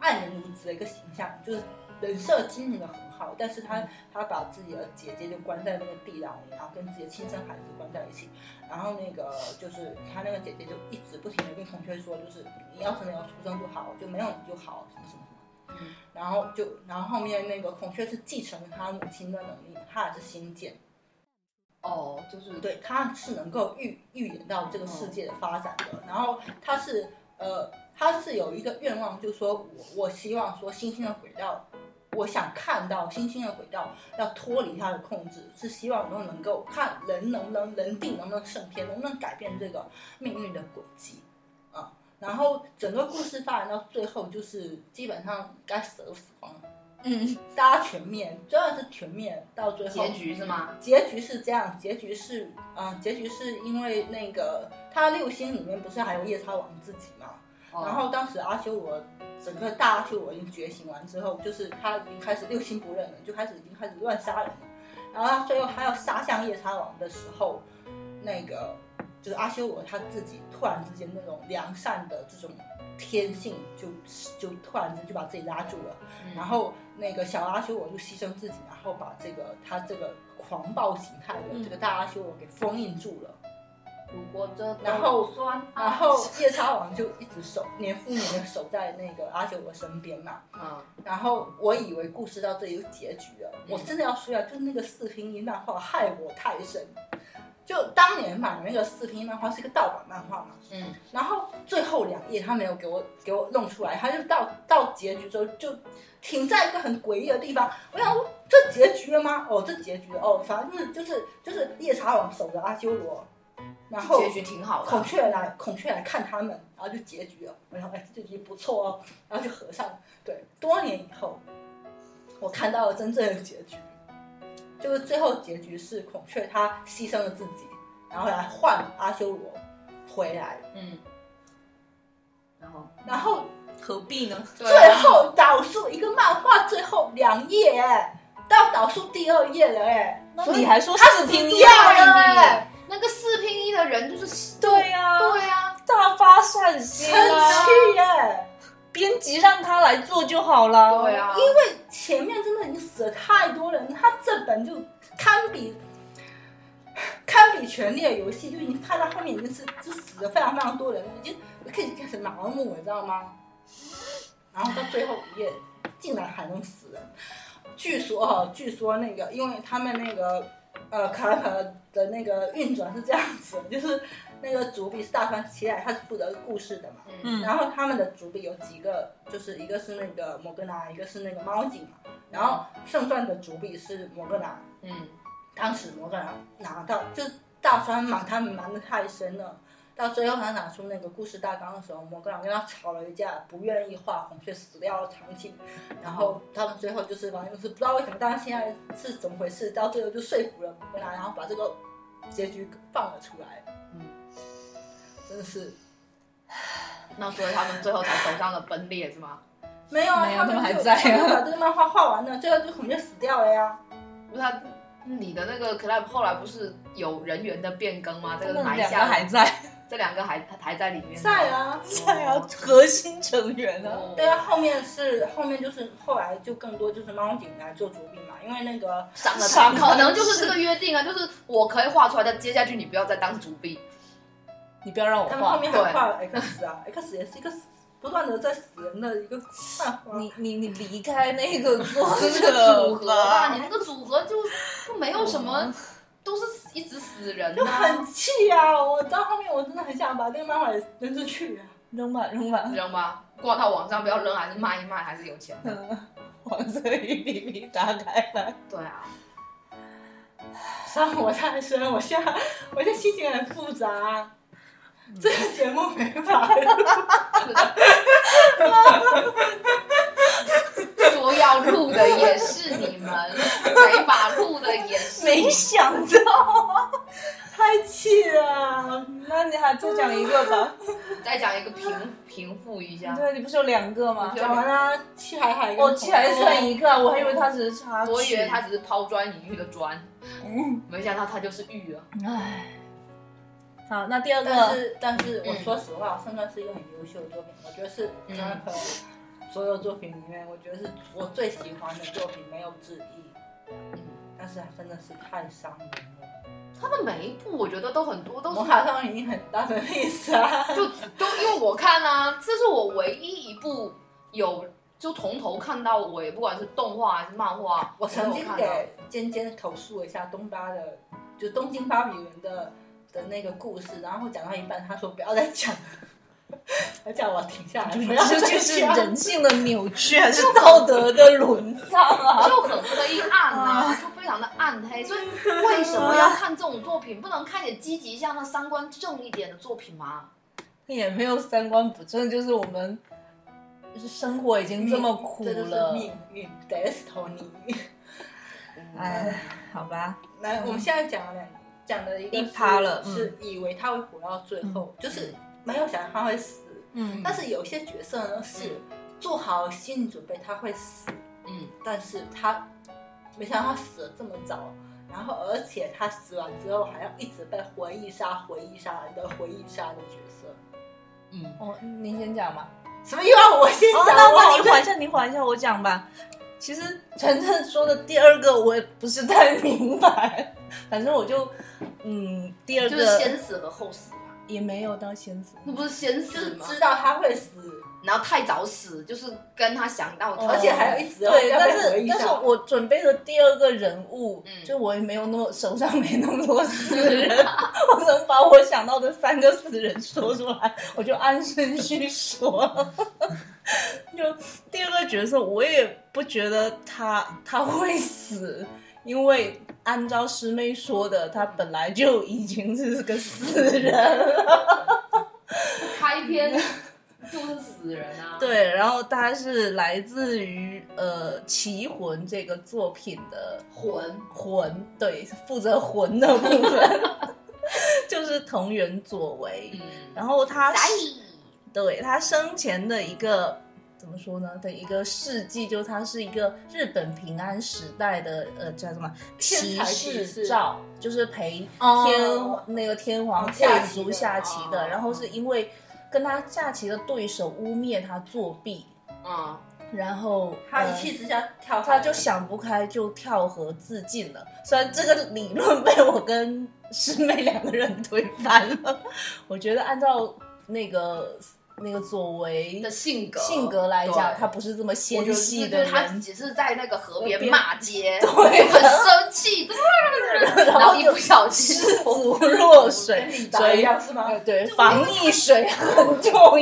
爱人如子的一个形象，就是人设经营的很好，但是嗯他他把自己的姐姐就关在那个地牢里，然后跟自己的亲生孩子关在一起，然后那个就是他那个姐姐就一直不停的跟孔雀说，就是你要是没有出生就好，就没有你就好，什么什么什么。嗯然后就，然后后面那个孔雀是继承了他母亲的能力，他也是新建，哦，就是对，他是能够预预言到这个世界的发展的。然后他是呃，他是有一个愿望，就是说我我希望说星星的轨道，我想看到星星的轨道要脱离它的控制，是希望能能够看人能不能人定能不能胜天，能不能改变这个命运的轨迹啊。然后整个故事发展到最后，就是基本上该死的都死光了，嗯，大家全面，真的是全面到最后结局是吗？结局是这样，结局是，啊、结局是因为那个他六星里面不是还有夜叉王自己嘛？哦然后当时阿修罗整个大阿修罗已经觉醒完之后，就是他已经开始六亲不认了，就开始已经开始乱杀人了。然后他最后他要杀向夜叉王的时候，那个就是阿修罗他自己突然之间那种良善的这种天性就就突然之间就把自己拉住了。嗯然后那个小阿修罗就牺牲自己，然后把这个他这个狂暴形态嗯的这个大阿修罗给封印住了。如果这都然后酸，然后夜叉王就一直守年复年的守在那个阿修罗身边嘛。嗯然后我以为故事到这里就结局了，我真的要说呀，就是那个四拼一漫画害我太深。就当年买的那个四拼一漫画是一个盗版漫画嘛，嗯然后最后两页他没有给我给我弄出来，他就到到结局之后就停在一个很诡异的地方。我想我这结局了吗？哦，这结局了哦，反正就是就是就是夜叉王守着阿修罗，然后结局挺好的孔啊，雀来孔雀来看他们，然后就结局了。我想哎，这结局不错哦，然后就合上了。对，多年以后，我看到了真正的结局，就是最后结局是孔雀他牺牲了自己，然后来换阿修罗回来。嗯，然后然后何必呢？对最啊后导数一个漫画最后两页，哎，到导数第二页了，哎，那所以你还说他死四拼一啊掉了，害哎，那个四拼一的人就是你？对啊呀、对啊呀、大发善心生啊！气哎。编辑让他来做就好了。对啊呀、因为前面真的已经死了太多人，他这本就堪比堪比权力的游戏，就已经看到后面已经是就死了非常非常多人，已经开始开始盲目，你知道吗？然后到最后一页，竟然还能死人。据说哈，据说那个，因为他们那个呃卡拉卡的那个运转是这样子，就是那个主笔是大川奇乃，他是负责故事的嘛。嗯嗯然后他们的主笔有几个，就是一个是那个摩根拿，一个是那个猫警嘛。然后胜算的主笔是摩根拿，嗯，当时摩根拿拿到，就是大川瞒他们瞒得太深了。到最后他拿出那个故事大纲的时候，摩根拿跟他吵了一架，不愿意画孔雀死掉的场景。然后他们最后就是反正就是不知道为什么，但是现在是怎么回事？到最后就说服了摩根拿，然后把这个结局放了出来。嗯，真的是。那所以他们最后才走上了分裂是吗？没有啊，没有他们他们还就在啊他们把这个漫画画完了，最后就孔雀死掉了 呀。不是他，嗯你的那个 club 后来不是有人员的变更吗？这他个们埋两个下还在，这两个还还在里面吗在啊， 在啊，核心成员啊。哦对啊，后面是后面就是后来就更多就是猫警来做主笔嘛，因为那个伤了伤他，了可能就是这个约定啊，就是我可以画出来，但接下去你不要再当主笔。你不要让我他们后画，面还画了 X 啊，X 也是一个死不断的在死人的一个漫画。你你你离开那 个作这个者组合嗯吧，你那个组合就就没有什么，都是死一直死人就啊很，气啊！我到后面我真的很想把这个漫画也扔出去啊！扔吧扔吧，扔吧，挂到网上不要扔，还是卖一卖，还是有钱的。 黄色一笔笔打开来。对啊，伤我太深，我现在我现在心情很复杂。嗯这个节目没法录，是的说要录的也是你们，没法录的也是 你没们想到， 太气了。 那你还再讲一个 吧？再讲一个平平复一下，对，你不是有两个吗？讲完啦，七海海跟我记还红算一个，我还以为他只是啊插曲。我以为他只是抛砖引玉的砖，嗯，没想到他就是玉啊。 唉。好，那第二但个是，但是我嗯说实话，胜算是一个很优秀的作品，我觉得是嗯 c a p 所有作品里面，我觉得是我最喜欢的作品，没有之一。嗯但是它真的是太伤人了，他的每一部我觉得都很多都魔是法上已经很大的意思啊。 就都因为我看啊，这是我唯一一部有就从头看到尾，不管是动画还是漫画，我曾经都有看到给尖尖投诉了一下东巴的，就东京巴比伦的的那个故事，然后讲到一半，他说不要再讲了，他叫我停下来， 不要这再就是讲了。人性的扭曲， 还是道德的沦丧啊？就很黑暗啊，就非常的暗黑，所以为什么要看这种作品？不能看点积极向上、三观正一点的作品吗？也没有三观不正，就是我们就是生活已经这么苦这就是了。命运 destiny。哎，好吧，来，我们现在讲的讲的一个嗯一是趴了嗯是以为他会活到最后，就是没有想到他会死。嗯但是有些角色呢是做好心理准备他会死，嗯，但是他没想到他死的这么早，然后而且他死完之后还要一直被回忆杀、回忆杀的回忆杀的角色。嗯，哦，您先讲吧。什么又要我先哦讲？，那我好那你缓一下，你缓一下，我讲吧。其实晨晨说的第二个我也不是太明白，反正我就嗯，第二就是先个死和后死嘛，也没有到先死，那不是先就是死吗？知道他会死，然后太早死，就是跟他想到的，哦而且还要一直要对，要但被回是忆但是杀。我准备的第二个人物，嗯就我也没有那么手上没那么多死人，我能把我想到的三个死人说出来，我就按顺序说 了。就第二个角色，我也不觉得他他会死，因为按照师妹说的，他本来就已经是个死人了。 开篇就是死人 啊。，对，然后他是来自于呃《棋魂》这个作品的魂魂，对，负责魂的部分， 就是藤原佐为。嗯，然后他啥是意？对他生前的一个怎么说呢的一个事迹，就是他是一个日本平安时代的呃叫什么天骑才骑士士照，就是陪哦天、那个天皇贵下棋族的下棋的，哦然后是因为跟他下棋的对手污蔑他作弊。嗯，然后他一呃气之下跳海他就想不开，就跳河自尽了。虽然这个理论被我跟师妹两个人推翻了， 我觉得按照那个那个左为的性格性格来讲，对他不是这么纤细就的是他人，只是在那个河边河边骂街，对很生气， 然后一不小心失足落跟水，李所白一以哎样是吗？对防溺水很重要。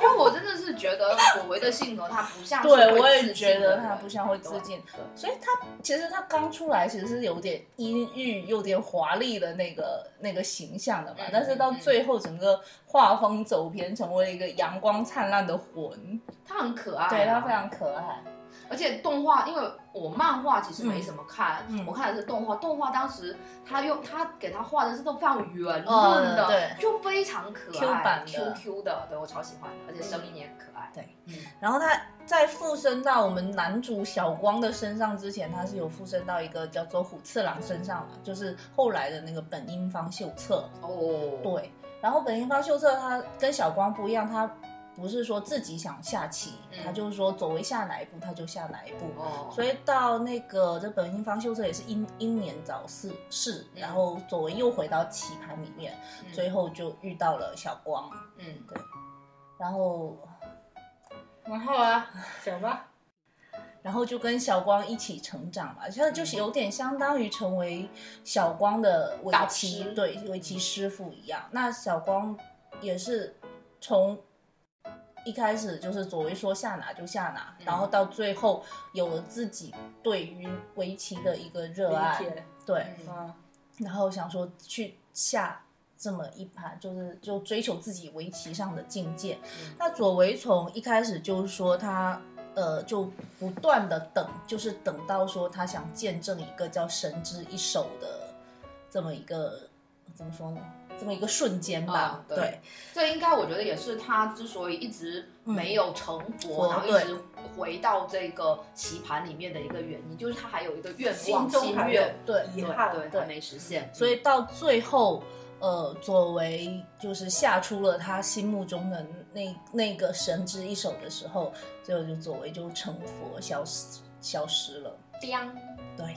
因为我真的是觉得果维的性 格，他不像是对，会我也自觉尽的得人他不像会自尽，对所以他其实他刚出来其实是有点阴郁、有点华丽的那个那个形象的嘛，嗯但是到最后整个画风走偏，成为一个阳光灿烂的魂，他很可爱啊，对他非常可爱。而且动画，因为我漫画其实没什么看，嗯嗯我看的是动画。动画当时他用他给他画的是都非常圆润嗯的，对就非常可爱 Q 版的 Q Q 的，对我超喜欢的，而且声音也很可爱。对嗯，然后他在附身到我们男主小光的身上之前，他是有附身到一个叫做虎次郎身上嘛，就是后来的那个本因坊秀策。哦，对，然后本因坊秀策他跟小光不一样，他不是说自己想下棋，嗯他就是说走为下哪一步他就下哪一步。哦，所以到那个这本因坊秀策也是英英年早逝逝，嗯然后左为又回到棋盘里面，以最后就遇到了小光，嗯，然后然后啊，讲吧，然后就跟小光一起成长嘛，像就是有点相当于成为小光的围导棋师对围棋师傅一样。那小光也是从一开始就是左为说下哪就下哪，嗯然后到最后有了自己对于围棋的一个热爱理，解对，嗯啊，然后想说去下这么一盘，就是就追求自己围棋上的境界。嗯那左为从一开始就是说他呃就不断的等，就是等到说他想见证一个叫神之一手的这么一个怎么说呢？这么一个瞬间吧，啊对这应该我觉得也是他之所以一直嗯没有成佛，嗯然后佛一直回到这个棋盘里面的一个原因，就是他还有一个愿心望中还有愿，对遗对憾对，对还没实现，所以到最后，呃，左为就是下出了他心目中的那那个神之一手的时候，最后就左为就成佛消失消失了。当对，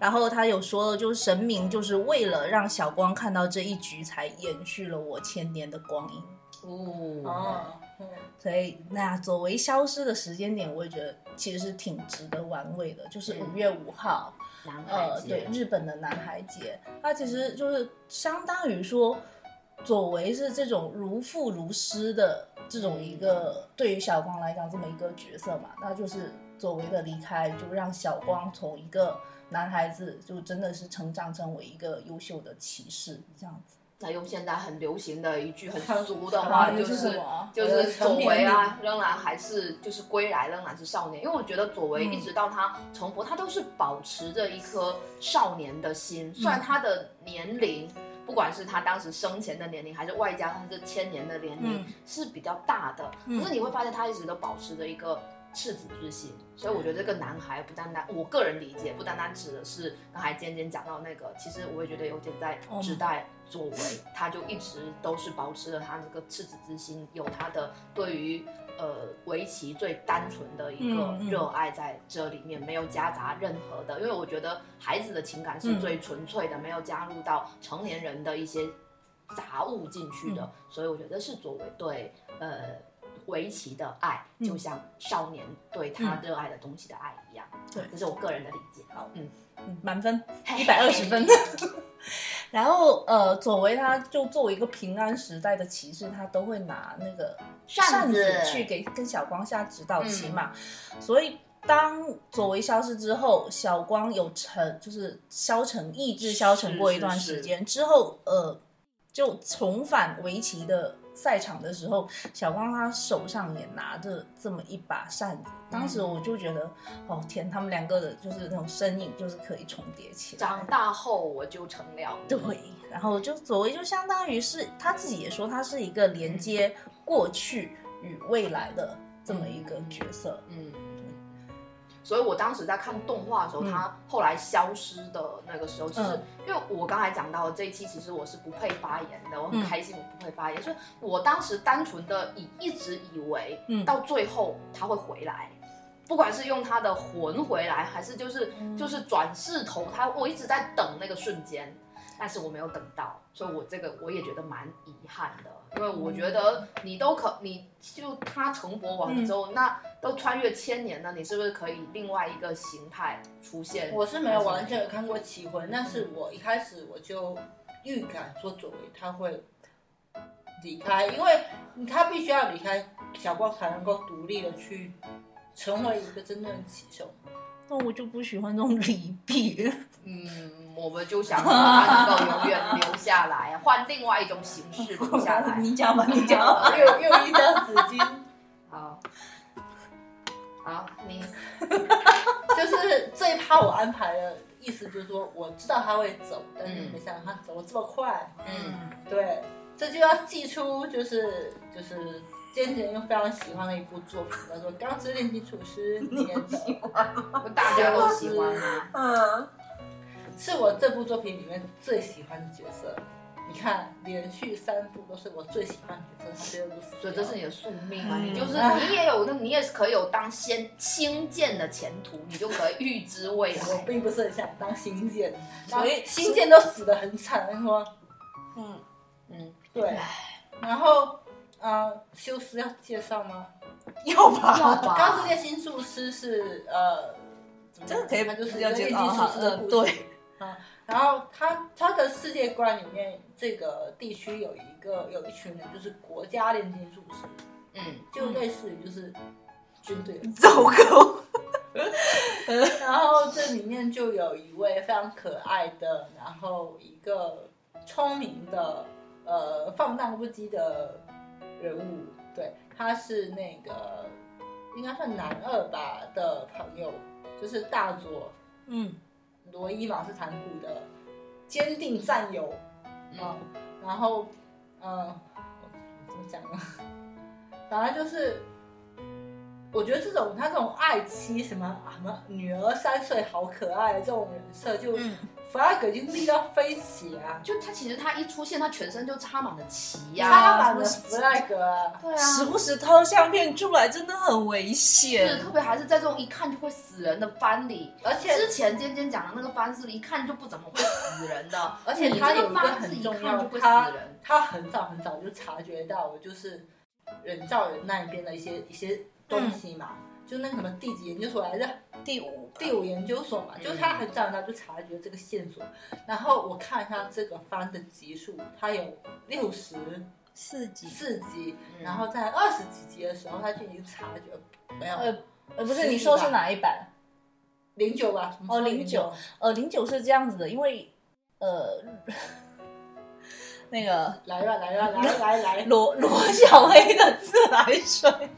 然后他有说，就是神明就是为了让小光看到这一局，才延续了我千年的光阴。哦，哦，嗯，所以那左为消失的时间点，我也觉得其实是挺值得玩味的，就是嗯五月五号，男孩呃，子对，日本的男孩节，它其实就是相当于说，左为是这种如父如师的这种一个对于小光来讲这么一个角色嘛，那就是左为的离开，就让小光从一个男孩子，就真的是成长成为一个优秀的骑士这样子。那用现在很流行的一句很很俗的啊话，那就是什是么啊就呃我是的左成年为啊，仍然还是就是归来，仍然是少年。因为我觉得左为嗯一直到他重佛，他都是保持着一颗少年的心，嗯虽然他的年龄。不管是他当时生前的年龄，还是外加他这千年的年龄、嗯是比较大的，嗯可是你会发现他一直都保持着一个赤子之心，所以我觉得这个男孩不单单，我个人理解不单单指的是刚才尖尖讲到那个，其实我也觉得有点在哦指代作为，他就一直都是保持着他这个赤子之心，有他的对于呃围棋最单纯的一个嗯嗯热爱在这里面，没有夹杂任何的，因为我觉得孩子的情感是嗯最纯粹的，没有加入到成年人的一些杂物进去的，嗯所以我觉得是作为对呃围棋的爱，嗯就像少年对他热爱的东西的爱一样。对这是我个人的理解。好，嗯，嗯，满分一百二十分。然后呃，左为他就作为一个平安时代的骑士，他都会拿那个扇子嗯去给跟小光下指导棋嘛。所以当左为消失之后，小光有成就是消沉意志消沉过一段时间之后，呃，就重返围棋的。赛场的时候，小光他手上也拿着这么一把扇子，当嗯时我就觉得，哦天，他们两个的就是那种身影，就是可以重叠起来。长大后我就成了你对，然后就所谓就相当于是他自己也说，他是一个连接过去与未来的这么一个角色。嗯，所以我当时在看动画的时候，嗯它后来消失的那个时候，其实嗯因为我刚才讲到这一期，其实我是不配发言的，我很嗯开心我不配发言，所以我当时单纯的以一直以为嗯到最后他会回来，不管是用他的魂回来，还是就是嗯就是转世投胎，我一直在等那个瞬间，但是我没有等到，所以我这个我也觉得蛮遗憾的，因为我觉得你都可，你就他成佛嗯完了之后，那都穿越千年了，你是不是可以另外一个形态出现？我是没有完整地看过《棋魂》，但是我一开始我就预感说佐为他会离开，因为他必须要离开小豹才能够独立的去成为一个真正的棋手。那我就不喜欢这种 离别。嗯，我们就想说他能够永远留下来，换另外一种形式留下 来。你讲吧，你讲吧。 又又一张纸巾，好，好，你就是这一趴我安排的意思就是说，我知道他会走，但是嗯没想到他走得这么快。嗯，对，这就要寄出就是就是坚决又非常喜欢的一部作品，叫做《钢之炼金术师》里面的。不大家都喜欢吗？嗯，是我这部作品里面最喜欢的角色。你看，连续三部都是我最喜欢的角色，他最后都死所以掉这是你的宿命啊！嗯你就是你也有那，你也是可以有当先星舰的前途，你就可以预知未来。我并不是很想当星舰，所以星舰都死得很惨，说嗯，嗯，对。然后，呃，修斯要介绍吗？要啊要吧？钢之吧？炼金术师是呃，怎么这个可以讲它就是一要个介炼绍金术哈师的故嗯，事。对，然后他他的世界观里面，这个地区有一个有一群人，就是国家炼金术师，嗯，就类似于就是军队的走狗。 然后这里面就有一位非常可爱的，然后一个聪明的，呃，放荡不羁的人物。对，他是那个应该算男二吧的朋友，就是大佐嗯，罗伊马斯坦普的坚定战友啊、嗯，然后，呃，怎么讲呢？反正就是，我觉得这种他这种爱妻什么啊什么女儿三岁好可爱的这种人设，就嗯 flag 已经立到飞起啊，就他其实他一出现，他全身就插满了旗呀、插满了什 flag 啊。对啊，时不时掏相片出来，真的很危是险。特别还是在这种一看就会死人的番里，而且之前尖尖讲的那个番是一看就不怎么会死人的， 而且你他这有一个个番是很一重看要就的，会他死人。他很早很早就察觉到，就是人造人那一边的一些一些嗯东西嘛，就那个什么地质研究所来着。第五，第五研究所嘛，嗯就是他很早他就察觉这个线索，然后我看一下这个番的集数，它有六十四集，四集，嗯然后在二十几集的时候，他就已经察觉没有呃呃，不是，你说是哪一版？零九吧？什么哦09，呃，零九是这样子的，因为呃， 那个来吧 来吧来来来，罗罗小黑的自来水，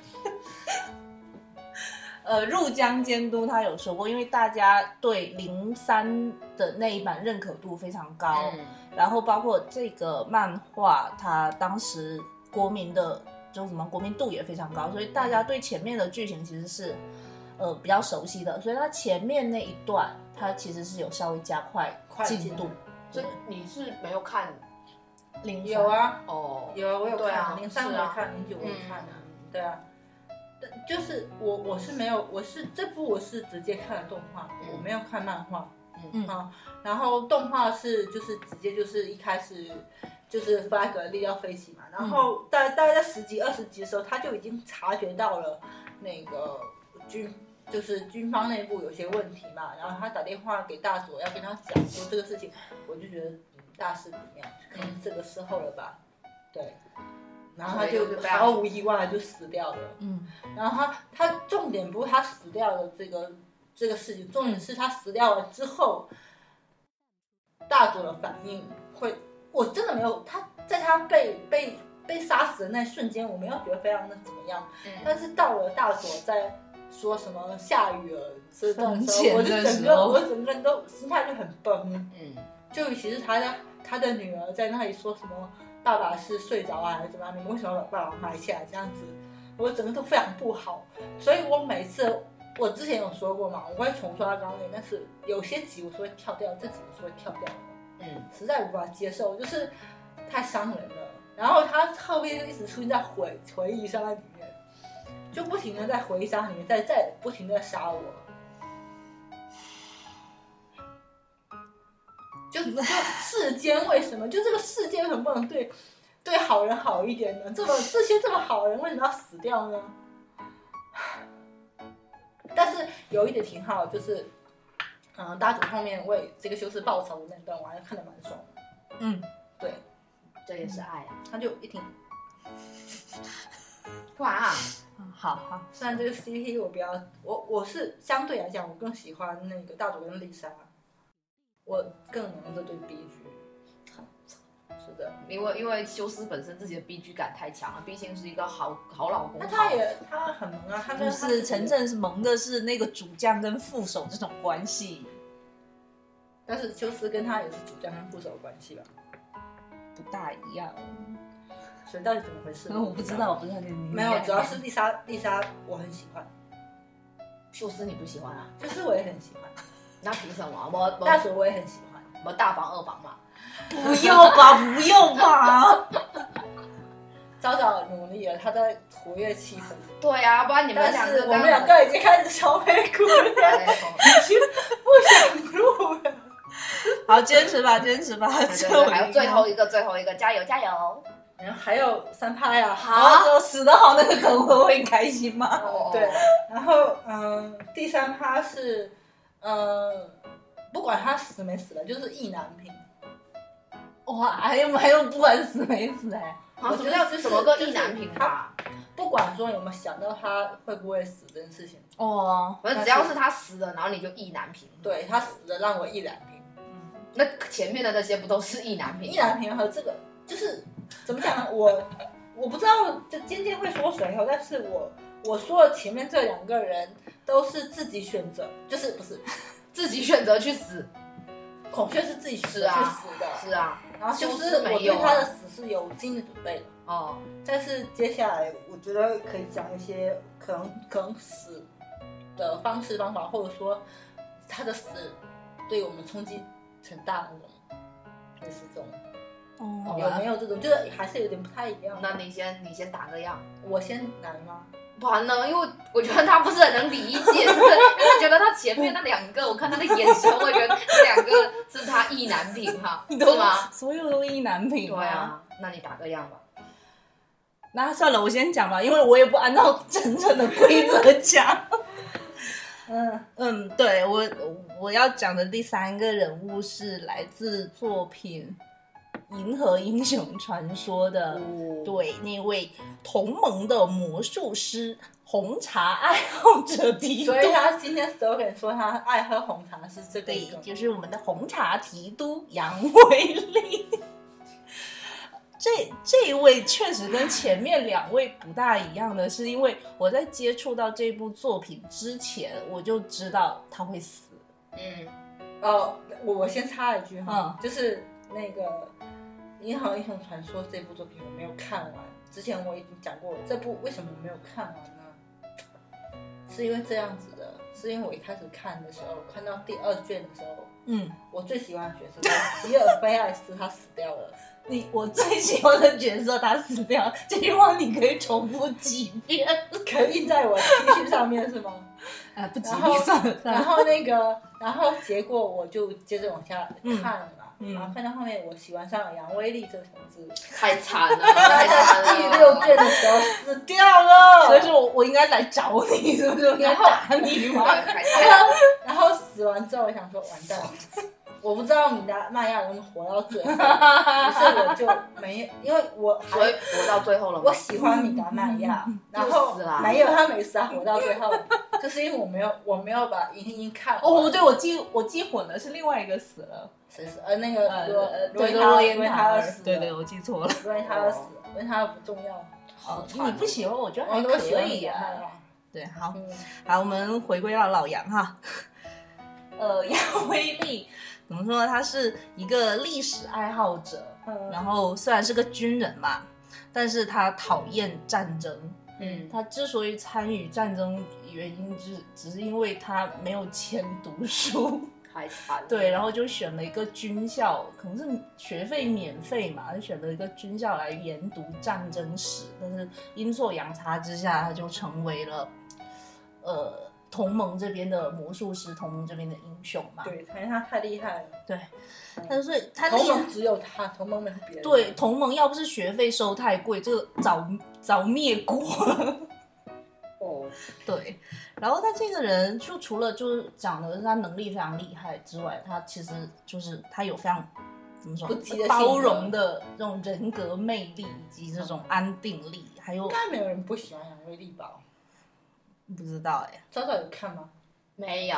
呃，入江监督他有说过，因为大家对零三的那一版认可度非常高，嗯，然后包括这个漫画，它当时国民的就什么国民度也非常高，所以大家对前面的剧情其实是呃比较熟悉的，所以它前面那一段它其实是有稍微加快快进度进。所以你是没有看零有，啊哦，有啊，我有对啊看零三是我啊有看，零九我有看啊嗯，对啊。但就是我，我是没有，我是这部我是直接看了动画，嗯我没有看漫画。嗯啊，然后动画是就是直接就是一开始就是 flag 立要飞起嘛，然后大大概在十集二十集的时候，他就已经察觉到了那个军就是军方内部有些问题嘛，然后他打电话给大佐要跟他讲说这个事情，我就觉得嗯大事不妙，可能是这个时候了吧，对，然后他就所以就这样毫无意外地就死掉了。嗯，然后他他重点不是他死掉的这个这个事情，重点是他死掉了之后，大佐的反应会，我真的没有他在他被被被杀死的那瞬间，我没有觉得非常的怎么样，嗯，但是到了大佐在说什么下雨了这段风时险候，我就的整时候个我整个人都心态就很崩，嗯，就其实他的他的女儿在那里说什么爸爸是睡着啊，还是怎么样？你们为什么把爸爸埋起来这样子？我整个都非常不好，所以我每次我之前有说过嘛，我会重刷钢炼，但是有些集我是会跳掉，这集我是会跳掉的，嗯，实在无法接受，就是太伤人了。然后他后面就一直出现在回回忆上在里面，就不停的在回想你们，在在不停的杀我，就就世间为什么就这个世界为什么不能对对好人好一点呢？这么这些这么好人为什么要死掉呢？但是有一点挺好，就是嗯，大主后面为这个修士报仇那段，我还是看得蛮爽的。嗯，对，这也嗯是爱啊。他就一挺，哇，嗯好好，虽然这个 CP 我比较，我我是相对来讲，我更喜欢那个大主跟丽莎，我更能这对 B 局。是的，因为因为修斯本身自己的 B G 感太强了，啊毕竟是一个好好老公。那他也他很萌啊，他跟就他是陈，正是萌的是那个主将跟副手这种关系，但是修斯跟他也是主将跟副手的关系吧？不大一样。所以到底怎么回事？嗯 我不知道，我不知道你没有，主要是丽莎，丽莎我很喜欢，修斯你不喜欢啊？就是我也很喜欢，那凭什么？啊我哦大我主我也很喜欢。我大房二房嘛。 不要吧，不要吧。早早努力了，他在活跃气氛，对啊，不然你们但两是个我们两个已经开始小美股了，已经不想录了。好，坚持吧，坚持吧，对最对 后对还有最后一个，最后一个，加油加哦油！然后还有三趴呀，好我啊死得好，那个梗我会开心吗？哦对，然后嗯，第三趴是嗯，不管他死没死了，就是意难平。哇，还有还有，不管死没死哎，好，我什觉么得叫就是什么个就是意难平啊吧？不管说有没有想到他会不会死这件事情，哇，反正只要是他死了，然后你就意难平。对他死了让我意难平，那前面的那些不都是意难平意？难平和这个就是怎么讲呢？我我不知道这尖尖会说谁哦，但是我我说的前面这两个人都是自己选择，就是不是自己选择去死，孔雀是自己选是择去啊死的，是啊，然后就修是斯没我对有啊他的死是有心理准备的。哦，但是接下来，我觉得可以讲一些可能可能死的方式方法，或者说他的死对我们冲击很大那种，类似这种哦有没有这种？就是还是有点不太一样。那你先你先打个样。我先来吗？完了，因为我觉得他不是很能理解，就是因为他觉得他前面那两个，我看他的眼神，我也觉得这两个是他意难平哈，你是都吗？所有都意难平对啊，那你打个样吧。那算了，我先讲吧，因为我也不按照 真正的规则讲。嗯，嗯，对我我要讲的第三个人物是来自作品《银河英雄传说》的，嗯哦对那位同盟的魔术师红茶爱好者提督所，以他今天 slogan 说他爱喝红茶是这个对梗，就是我们的红茶提督杨威利。 这这一位确实跟前面两位不大一样的是，因为我在接触到这部作品之前，我就知道他会死。嗯，哦，我我先插一句哈，嗯就是那个《银行英雄传说》这部作品我没有看完，之前我已经讲过，这部为什么没有看完呢？是因为这样子的，是因为我一开始看的时候，看到第二卷的时候，嗯，我最喜欢的角色就是吉尔菲艾斯他死掉了， 你我最喜欢的角色他死掉了，这句话你可以重复几遍。可以印在我 T 恤上面是吗？啊，不吉然后利，算了算然了。后那个， 然后结果我就接着往下看了嘛，嗯嗯然后看到后面我喜欢上了杨威利这个小字。太惨了，太 惨第了。 六卷的时候死掉了，所以说我我应该来找你，是不是？我应该打你对，吗？太然惨了后然后死完之后，我想说完蛋了，我不知道米达麦亚能活到最后，于是我就没有，因为我所以还我到最后了我吗？喜欢米达麦亚，嗯然又后死啦没有他没死，他活到最后，就是因为我没有我没有把银鹰看完 哦，对，我记我记混了，是另外一个死了。谁死呃那个呃，罗呃罗对，伊塔罗罗伊烟塔塔尔尔死，对对，了我记错了。罗伊塔尔死了，罗伊塔尔不重要，哦，惨你不喜欢，哦啊我觉得还我都喜可欢以米达麦呀。亚，对，好，啊嗯，好，我们回归到老杨哈。呃，杨威利怎么说呢？他是一个历史爱好者，嗯然后虽然是个军人嘛，但是他讨厌战争。嗯，他之所以参与战争，原因只只是因为他没有钱读书， 太惨了。对，然后就选了一个军校，可能是学费免费嘛，就选了一个军校来研读战争史。但是阴错阳差之下，他就成为了呃同盟这边的魔术师，同盟这边的英雄嘛。对，反正他太厉害了。对，但是他同厉害盟只有他，同盟没有别人。对，同盟要不是学费收太贵，这个早早灭国了。 哦，对，然后他这个人就除了就是讲的他能力非常厉害之外，他其实就是他有非常怎么说不羁的性格包容的这种人格魅力，以及这种安定力，还有应该没有人不喜欢杨威利吧？不知道哎、早早有看吗？没有，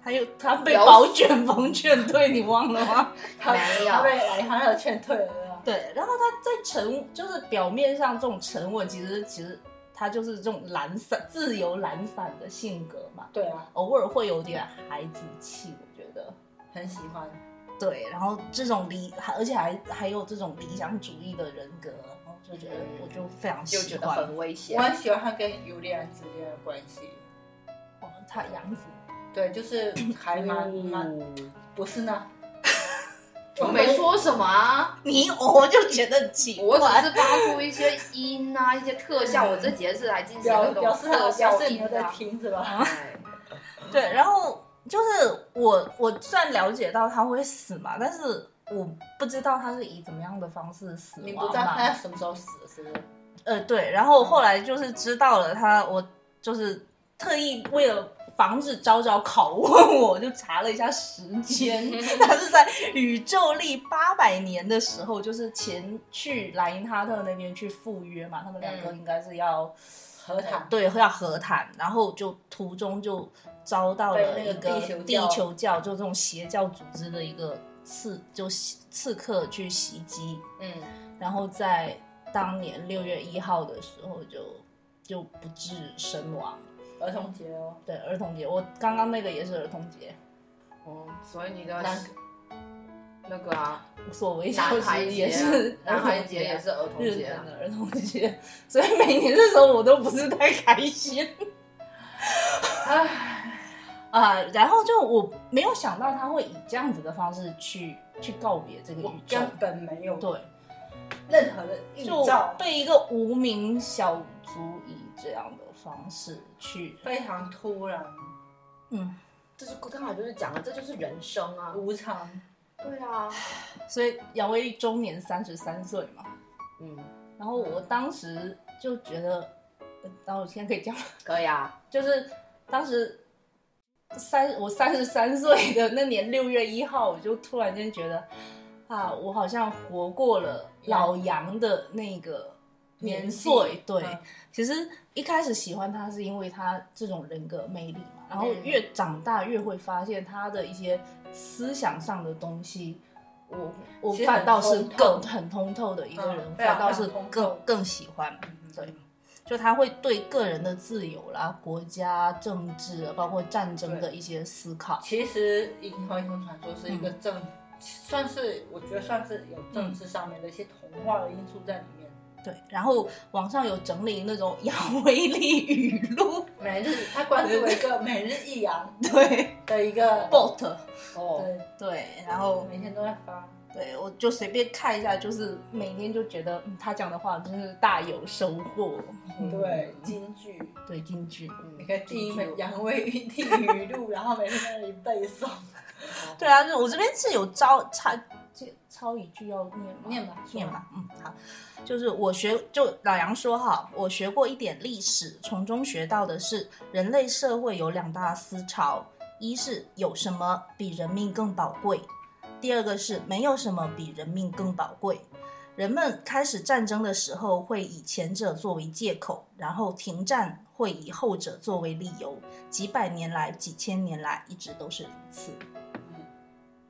还有他被有宝卷风劝退，你忘了吗？ 他没有他被来航有劝退了对吧。对，然后他在沉，就是表面上这种沉稳，其实其实他就是这种懒散、自由懒散的性格嘛，对啊，偶尔会有点孩子气，我觉得。很喜欢。对，然后这种理，还而且还还有这种理想主义的人格，然后就觉得我就非常就喜觉得欢。很危险我。很喜欢他跟尤利安之间的关系。哦他杨子，对，就是嗯还蛮蛮不是 呢。我没说什么啊，你我就觉得很奇我只怪。是发出一些音啊，一些特效。我这节是来进行表那表种示他特表效示你音又在的。听是吧？哎对，然后就是我我虽然了解到他会死嘛，但是我不知道他是以怎么样的方式死你不亡知道嘛他什么时候死的，是不是？呃，对，然后嗯后来就是知道了他，我就是特意为了防止昭昭拷问我，就查了一下时 间，他是在宇宙历八百年的时候，就是前去莱因哈特那边去赴约嘛，他们两个嗯应该是要、和谈对要和谈，然后就途中就遭到了被那个一个地球地教球教，就这种邪教组织的一个刺，就袭刺客去袭击，嗯，然后在当年六月一号的时候就就不治身亡。儿童节哦，对，儿童节，我刚刚那个也是儿童节，哦，所以你的男那个啊，无所谓，男孩小时也节啊是，男孩节也是儿童日节本啊。的儿童节，所以每年这时候我都不是太开心。 啊、然后就我没有想到他会以这样子的方式去去告别这个我宇宙，根本没有对，任何的预就兆，被一个无名小卒以这样的方式去，非常突然、嗯，这是刚好就是讲了，这就是人生啊。无常。对啊，所以杨威中年三十三岁嘛，嗯，然后我当时就觉得，呃然后我现在可以讲吗，可以啊。就是当时三我三十三岁的那年六月一号，我就突然间觉得，啊，我好像活过了老杨的那个嗯年年岁纪。对，嗯其实一开始喜欢他是因为他这种人格魅力嘛，然后嗯越长大越会发现他的一些思想上的东西。我我其实很反倒是通透更很通透的一个人，嗯非常反倒是非常通透更更喜欢。嗯对，就他会对个人的自由啦、国家政治，包括战争的一些思考。其实《银河英雄传说》是一个政，算是我觉得算是有政治上面的一些童话的因素在里面。对，然后网上有整理那种 杨威利语录，每日他关注了一个每日一阳对的一个，bot，哦，对，对，然后每天都在发。对我就随便看一下，就是每天就觉得、嗯他讲的话真是大有收获。嗯对，京剧，对，京剧。嗯你可以记一本杨威玉帝语录，然后每天在那里背诵，对啊，就我这边是有招插这抄一句要念吗？念吧，念吧，嗯，好，就是我学，就老杨说哈，我学过一点历史，从中学到的是，人类社会有两大思潮，一是有什么比人命更宝贵，第二个是没有什么比人命更宝贵。人们开始战争的时候，会以前者作为借口，然后停战会以后者作为理由。几百年来，几千年来，一直都是如此，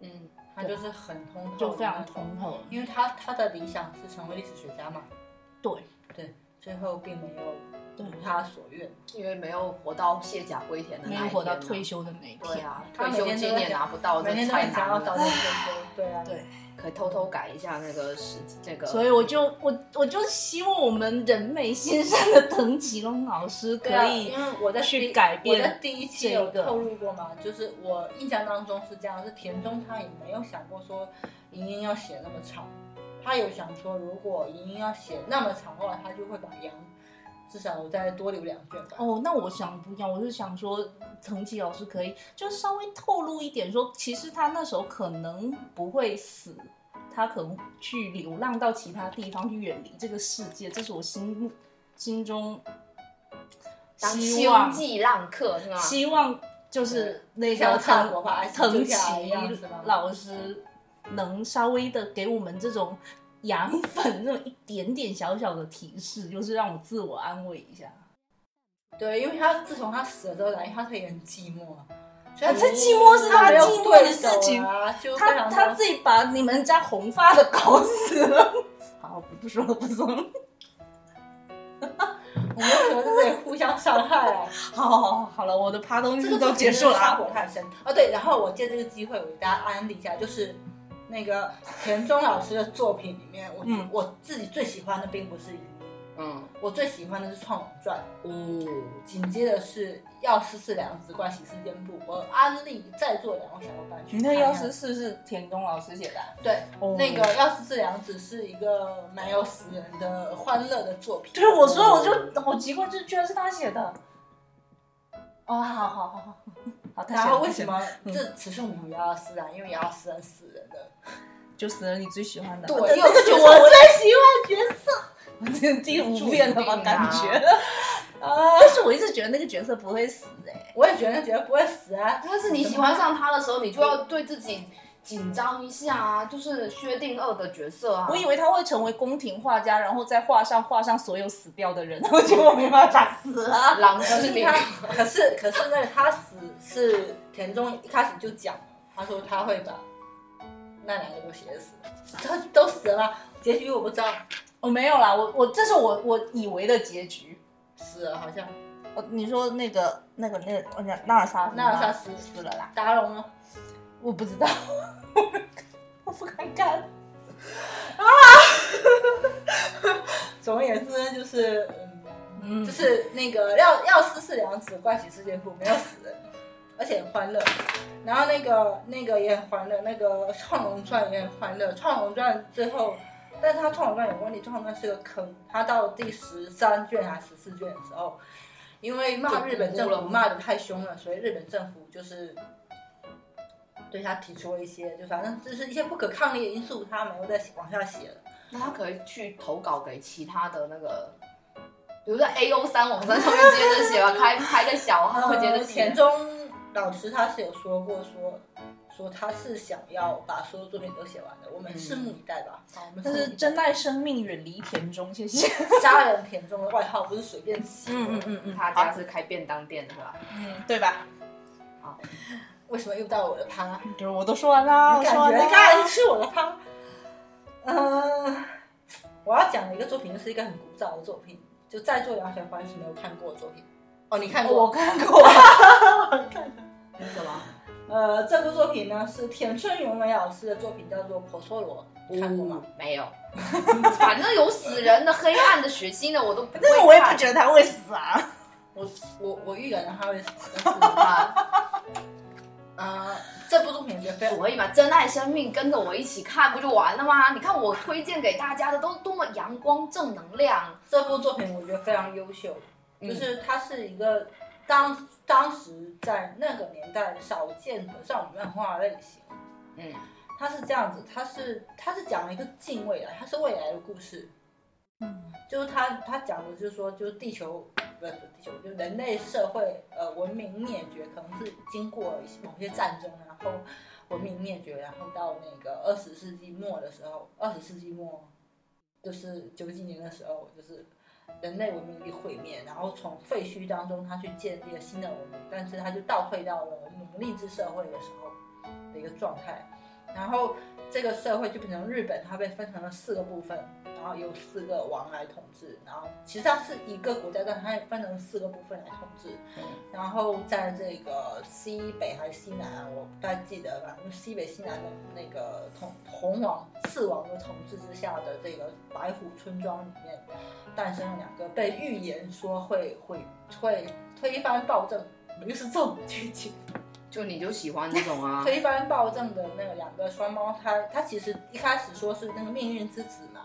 嗯，他就是很通透，就非常通，透。因为他他的理想是成为历史学家嘛，对最后并没有对，如他所愿。因为没有活到卸甲归田的那没一有天啊活到退。休的那一对天。啊，他退每天休都在金也拿不到，每这天都太很想难要早点了。退休，对啊，对，可以偷偷改一下那个时那个。所以我就我我就希望我们人美心善的藤吉龙老师对啊可以因为我在去第一改变我在第一期这有个透露过嘛，就是我印象当中是这样，是田中他也没有想过说莹莹要写那么长，他有想说如果莹莹要写那么长的话，他就会把杨至少我再多留两卷吧。哦，那我想不一样，我是想说，藤崎老师可以就是稍微透露一点说，其实他那时候可能不会死，他可能去流浪到其他地方，去远离这个世界，这是我心目心中当希星望，际浪客是吗？希望就是那像个泰藤国把爱情藤救崎下来一样是吗？老师能稍微的给我们这种养粉那种一点点小小的提示，就是让我自我安慰一下。对，因为他自从他死了之后，来他他也很寂寞，所以他啊这寂寞是他没有寂寞对的手事情啊，就非他常他的自己把你们家红发的搞死了。好，不不说了，不说了。我们为什么在这里互相伤害啊？好好好，好了，我的趴东这西个都结束了杀啊。火太深啊！对，然后我借这个机会我给大家安利一下，就是那个田中老师的作品里面，我、嗯我自己最喜欢的并不是《影嗯，我最喜欢的是《创龙传哦，》，紧接着是《药师四良子怪喜事件簿》，我安利在座两位小伙伴去你看那一幺下十四是田中老师写的啊、对。哦那个药师四良子是一个没有死人的欢乐的作品，对我说，我就好奇怪，这居然是他写的。哦，好好好好好，好他写然的后为他写什的么嗯这此处没有姚老师啊？因为姚老师很死人的。就死了你最喜欢的？对对又对是对，我我最喜欢角色。我这 第五遍了吧？注定啊感觉 啊，但是我一直觉得那个角色不会死哎、我也觉得觉得不会死啊，但是你喜欢上他的时候，你就要对自己紧张一下啊，就是薛定谔的角色啊。我以为他会成为宫廷画家，然后在画上画上所有死掉的人， 然后结果没办法死 了。狼可之是名，他，可是可是那个他死是田中一开始就讲了，他说他会把那两个都写死，他都死了吗？结局我不知道，我、哦没有啦，我我这是我我以为的结局。死了好像哦，你说那个那个那个那纳尔萨斯吗纳尔萨斯死了啦？达龙呢？我不知道，我不敢看。总而言之呢就是。嗯嗯，就是那个药药师是良子怪奇事件簿没有死人， 而且很欢乐。然后那个那个也很欢乐，那个《创龙传》也很欢乐，《创龙传》最后，但是他《创龙传》有问题，《创龙传》是个坑。他到第十三卷还是十四卷的时候，因为骂日本政就府哭了骂的太凶了，所以日本政府就是对他提出了一些，就反正就是一些不可抗力的因素，他没有再往下写了。那他可以去投稿给其他的那个，比如在 A O 三网站上面接着写吧，开开个小号接着呃，写田。中老师他是有说过说说他是想要把所有作品都写完的，我们嗯拭目以待吧。好，我们但拭是目以待珍爱生命，远离田中，谢谢。杀人田中的外号不是随便起的，嗯嗯他家是开便当店的是吧？嗯，对吧？为什么又到我的趴？就是我都说完啦，我我感说觉刚完才啦。是我的趴。嗯，我要讲的一个作品就是一个很古早的作品，就在座两小伙伴是没有看过的作品。哦，你看过？我看过，是什么？呃，这部作品呢是田村勇美老师的作品，叫做《婆娑罗》，看过吗？没有， 反正有死人的、黑暗的、血腥的，我都不会但是我也不看觉得他会死啊。我我我预感到他会死，但是啊。啊，这部作品也非常所以嘛，珍爱生命，跟着我一起看不就完了吗？你看我推荐给大家的都多么阳光、正能量。这部作品我觉得非常优秀，嗯就是它是一个当当时在那个年代少见的少女漫画类型。嗯，它是这样子，它是它是讲了一个近未来，它是未来的故事。嗯就是它它讲的就是说，就是地球不是不是地球，就是人类社会呃文明灭绝，可能是经过一些某些战争，啊然后文明灭绝，然后到那个二十世纪末的时候，二十世纪末就是九几年的时候，就是人类文明已毁灭，然后从废墟当中他去建立了新的文明，但是他就倒退到了奴隶制社会的时候的一个状态。然后这个社会就变成日本，它被分成了四个部分，然后由四个王来统治。然后其实它是一个国家，但它也分成四个部分来统治。然后在这个西北还是西南啊，我不太记得，反正西北西南的那个统红王次王的统治之下的这个白虎村庄里面，诞生了两个被预言说会会会推翻暴政，又是这种剧情。就你就喜欢这种 啊？推翻暴政的那两个双胞胎，他其实一开始说是那个命运之子嘛，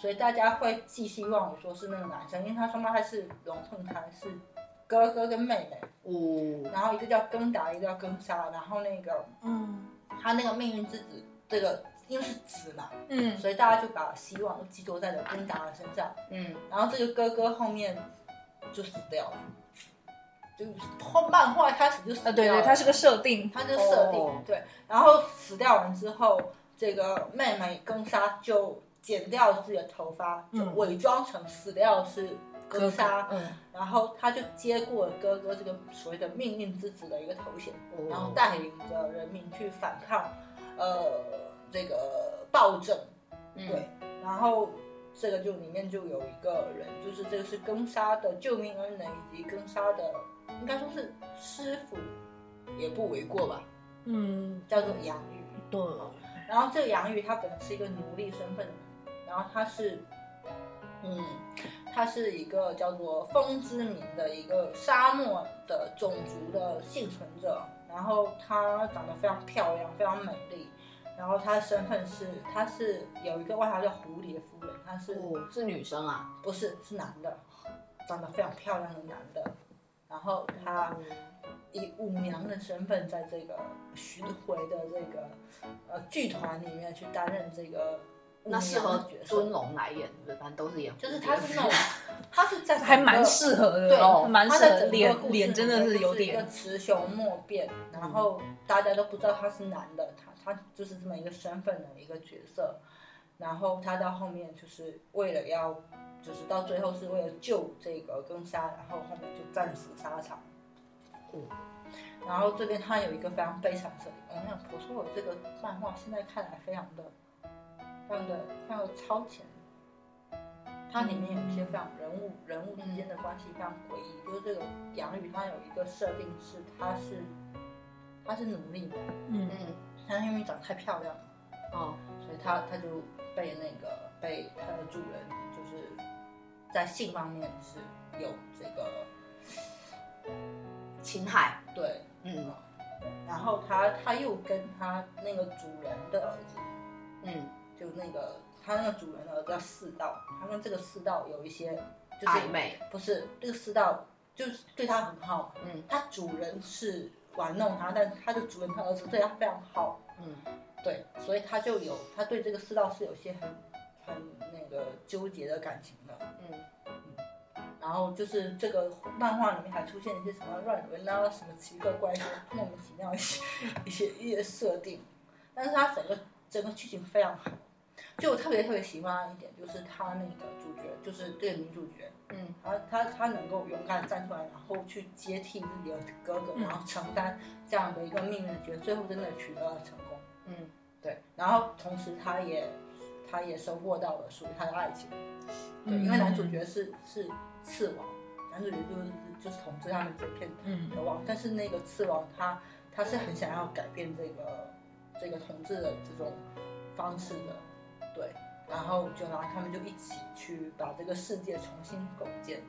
所以大家会寄希望于说是那个男生，因为他双胞胎是龙凤胎，是哥哥跟妹妹，哦，然后一个叫庚达，一个叫庚沙，然后那个嗯他那个命运之子，这个因为是子嘛，嗯所以大家就把希望都寄托在了庚达的身上，嗯，然后这个哥哥后面就死掉了，就后漫画开始就死掉啊，了，对对，它是个设定，他就设定、哦对，然后死掉完之后，这个妹妹更沙就剪掉了自己的头发，就嗯伪装成死掉的是更沙，嗯然后他就接过了哥哥这个所谓的命运之子的一个头衔，哦然后带领着人民去反抗，呃，这个暴政，嗯对，然后这个就里面就有一个人，就是这个是庚沙的救命恩人，以及庚沙的应该说是师傅，也不为过吧，嗯，叫做杨玉。对，然后这个杨玉她本来是一个奴隶身份的人，然后她是，嗯，她是一个叫做风之民的一个沙漠的种族的幸存者，然后她长得非常漂亮，非常美丽。然后她的身份是，她是有一个外号叫蝴蝶夫人，她是哦，是女生啊，不是是男的，长得非常漂亮的男的，然后他以舞娘的身份在这个巡回的这个呃剧团里面去担任这个舞那娘适合的角色尊，龙来演，对不对？反正都是演蝴蝶，就是他是那种，他是在整个还蛮适合的，对哦蛮适他在合整个故事脸脸里真的面是就有一个点，嗯雌雄莫辨，然后大家都不知道他是男的，他他就是这么一个身份的一个角色。然后他到后面就是为了要，就是到最后是为了救这个更沙，然后后面就战死沙场。嗯然后这边他有一个非常悲惨的设定，我想我说我这个漫画现在看来非常的、非常的、非常的超前。它里面有一些非常人物人物之间的关系非常诡异，就是这个杨宇他有一个设定是他是他是奴隶嘛，嗯嗯，但是因为长得太漂亮了， 哦，所以他他就被那个被他的主人就是在性方面是有这个秦海，对嗯然后他他又跟他那个主人的儿子，嗯，就那个他那个主人的儿子叫四道，他跟这个四道有一些就是暧昧，不是这个四道就是对他很好，嗯他主人是玩弄他，但他的主人他儿子对他非常好，嗯，对，所以他就有他对这个四道是有些很很那个纠结的感情的。嗯然后就是这个漫画里面还出现一些什么乱伦啊，什么奇奇怪怪的、莫名其妙一些 一些一些设定，但是它整个整个剧情非常好，就我特别特别喜欢一点，就是他那个主角，就是这个女主角，嗯她她她能够勇敢地站出来，然后去接替自己的哥哥，然后承担这样的一个命运的角色，最后真的取得了成功。嗯，对，然后同时她也她也收获到了属于她的爱情。对，嗯因为男主角是是次王，男主角就是就是统治他们这片嗯的王，但是那个次王他他是很想要改变这个这个统治的这种方式的，对，然后就然后他们就一起去把这个世界重新构建。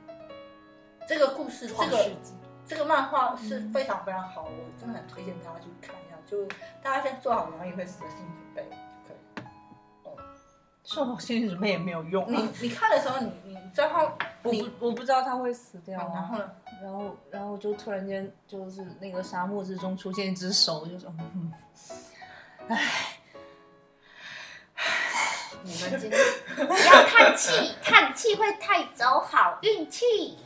这个故事，这创个世纪，这个漫画是嗯非常非常好，我真的很推荐大家去看一下。就大家先做好杨宇会死的心理准备就可以了。做好心理准备也没有用啊，你你看的时候，你你最后我你不我不知道他会死掉然啊后，呢？然后然后就突然间就是那个沙漠之中出现一只手，就是嗯 你们今天不要叹 气，叹气会带走好运气。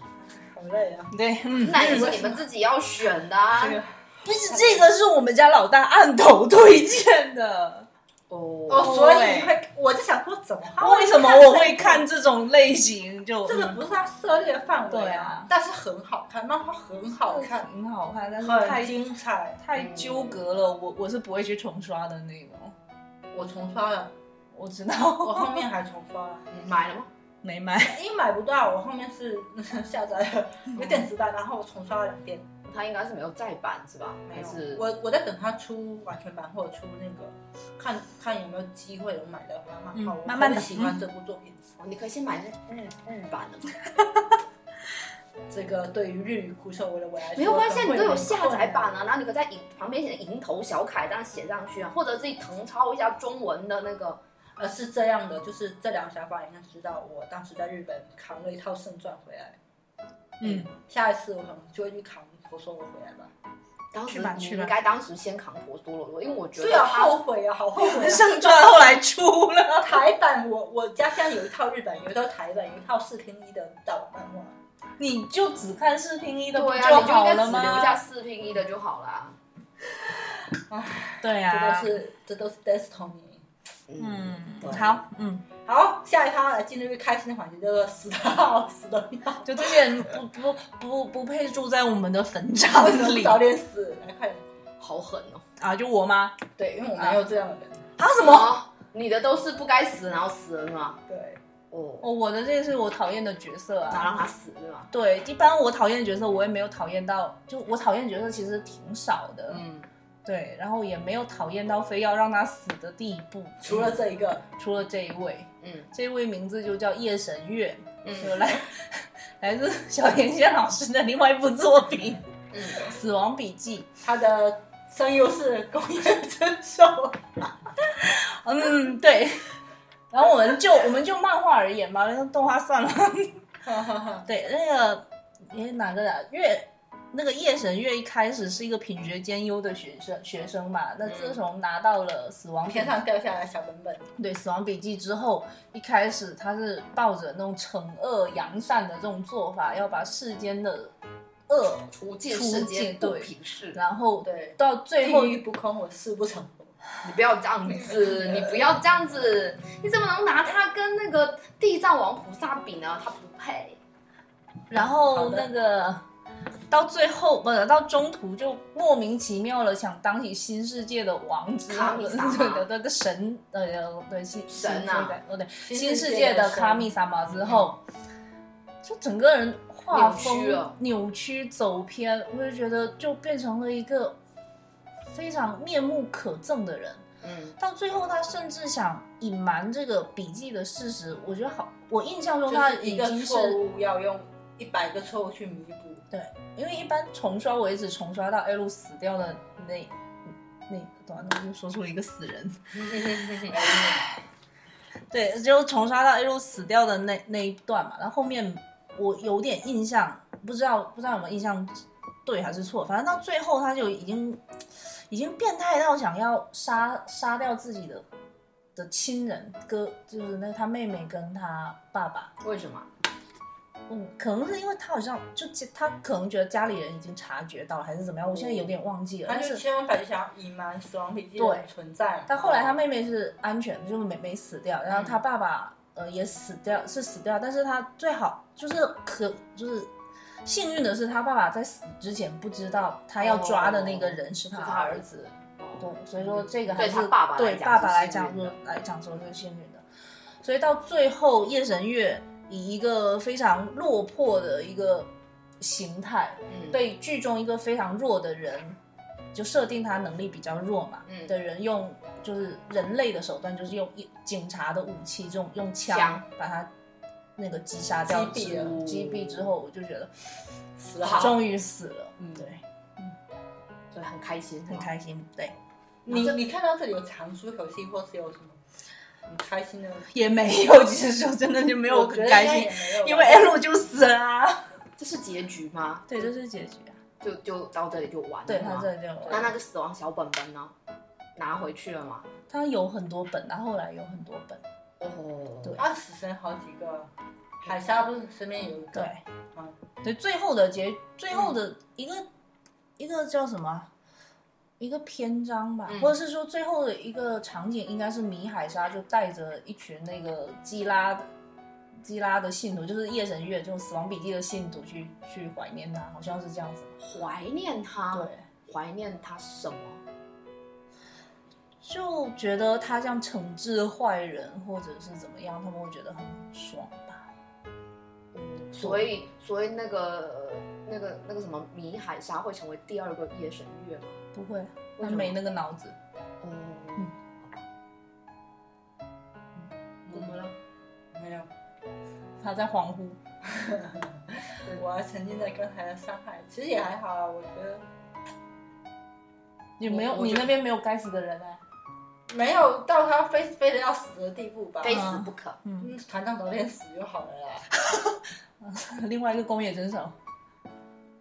好累啊！对，嗯，那也是你们自己要选的啊这，个不是这个是我们家老大按头推荐的。哦，哦，所以你会，我就想说，怎么他为什么我会看这种类型？就嗯这个不是他涉猎范围对啊但是很好看，漫画很好看，很好看，但是很嗯太精彩。太纠葛了，我我是不会去重刷的那种。我重刷了，我知道，我后面还重刷了，你买了吗？ 没买。因为买不到，我后面是嗯下载了有点子弹，然后我重刷了两遍，它应该是没有再版是吧？没还有是。我我在等它出完全版或者出那个，看看有没有机会能买到它。嗯漫画，我慢慢地很喜欢这部作品。哦你可以先买日日日版的嘛，这个对于日语鼓手我的我来说，没有关系，啊，你都有下载版。版啊，然后你可以在影旁边写蝇头小楷，这样写上去啊，或者自己誊抄一下中文的那个。呃，是这样的，就是这两个想法应该知道，我当时在日本扛了一套圣传回来，嗯，下一次我可能就会去扛婆娑罗回来吧。当时去吧你去吧应该当时先扛婆娑罗罗，因为我觉得对啊，它后悔啊，好后悔、 啊。嗯上传后来出了，台版我我家乡有一套日版，有一套台版，有一套四拼一的盗版漫画。你就只看视听一的不对啊，你就应好该了只留下吗？四拼一的就好啦。对这呀都，是这都是 destiny。嗯，嗯对，好，嗯，好，下一趴来进入一个开心的环节，叫做死的好，死的好，就这些人不不不不配住在我们的坟场为什么不 里早点死？来快点。好狠哦！啊！就我吗？对，因为我没有这样的人。啊什么？哦你的都是不该死，然后死了是吗？对，哦，哦，我的这个是我讨厌的角色然后啊。让他死是吗？对，一般我讨厌的角色，我也没有讨厌到，就我讨厌的角色其实挺少的，嗯，对，然后也没有讨厌到非要让他死的地步。除了这一个，除了这一位，嗯这一位名字就叫夜神月，嗯就来 来自小田宪老师的另外一部作品 《嗯，死亡笔记》。他的声优是宫野真守。嗯，对。然后我们就我们就漫画而言吧，那动画算了。哈哈哈，对，那个诶哪个的月，那个夜神月一开始是一个品学兼优的学生学生嘛，那自从拿到了死亡嗯笔天上掉下来小本本，对《死亡笔记》之后，一开始他是抱着那种惩恶扬善的这种做法，要把世间的恶，除尽除世尽间不对平事，然后对，到最后地狱不空，我誓不成佛。你不要这样 子，你不要这样子，你怎么能拿他跟那个地藏王菩萨比呢？他不配。然好后的那个到最后不是到中途就莫名其妙了，想当起新世界的王之类卡 米的，萨玛对的，对的神呃对新神啊，新哦对新世新世界界的的神卡米萨玛之后，嗯就整个人画风扭曲了扭曲走偏，我就觉得就变成了一个非常面目可憎的人。嗯，到最后，他甚至想隐瞒这个笔记的事实。我觉得好，我印象中就他是已一个经是错误要用一百个错误去弥补。对，因为一般重刷我也只重刷到艾露死掉的那那段，那我就说出了一个死人。 对，就重刷到艾露死掉的那那一段嘛，然后后面我有点印象，不知道不知道有没有印象对还是错，反正到最后他就已经已经变态到想要杀杀掉自己的的亲人哥，就是那他妹妹跟他爸爸。为什么？嗯，可能是因为他好像就其他可能觉得家里人已经察觉到了，还是怎么样，我现在有点忘记了。他但就是千方百计想要隐瞒死亡笔记的对存在嘛。但后来他妹妹是安全，就是没没死掉，然后他爸爸、呃也死掉，是死掉，但是他最好就是可就是幸运的是，他爸爸在死之前不知道他要抓的那个人是他哦是他儿儿子。哦对，所以说这个还对是他爸爸来对讲爸是爸来幸讲运说的来讲说是幸运的，所以到最后夜神月以一个非常落魄的一个形态，嗯，被剧中一个非常弱的人，就设定他能力比较弱嘛，嗯的人用就是人类的手段，就是用一警察的武器，这种用枪枪把他那个击杀掉击之毙后，了击毙之后，我就觉得死了好终于死了，嗯对，所以很开心，很开心，对，你你看到这里有长舒一口气，或是有什么很开心的？也没有，其实说真的就没有我觉很得开应该心也，没有吧因为 L 就死了啊、这是结局吗？ 对，这是结局啊，就就到这里就完了。对他这。里就有那那个死亡小本本呢？拿回去了吗？他有很多本，他后来有很多本，哦，对 啊，死神好几个，海沙不是身边有一个，对，嗯对，最后的结，最后的一个、一个叫什么啊？一个篇章吧，嗯或者是说最后的一个场景，应该是米海莎就带着一群那个基拉基拉的信徒，就是夜神月，就是死亡笔记的信徒去去怀念他，好像是这样子。啊怀念他，对，怀念他什么？就觉得他这样惩治坏人或者是怎么样，他们会觉得很爽吧？所以所以那个那个那个什么米海莎会成为第二个夜神月吗？不会，啊为他什么没那个脑子。嗯，怎么了？没有，他在恍惚，我还沉浸在刚才的伤害，其实也还好啊，我觉得。你没我有我你觉得那边没有该死的人啊。没有到他非非得要死的地步吧？非死不可。嗯，嗯，团长早点死就好了啦。另外一个宫野真守，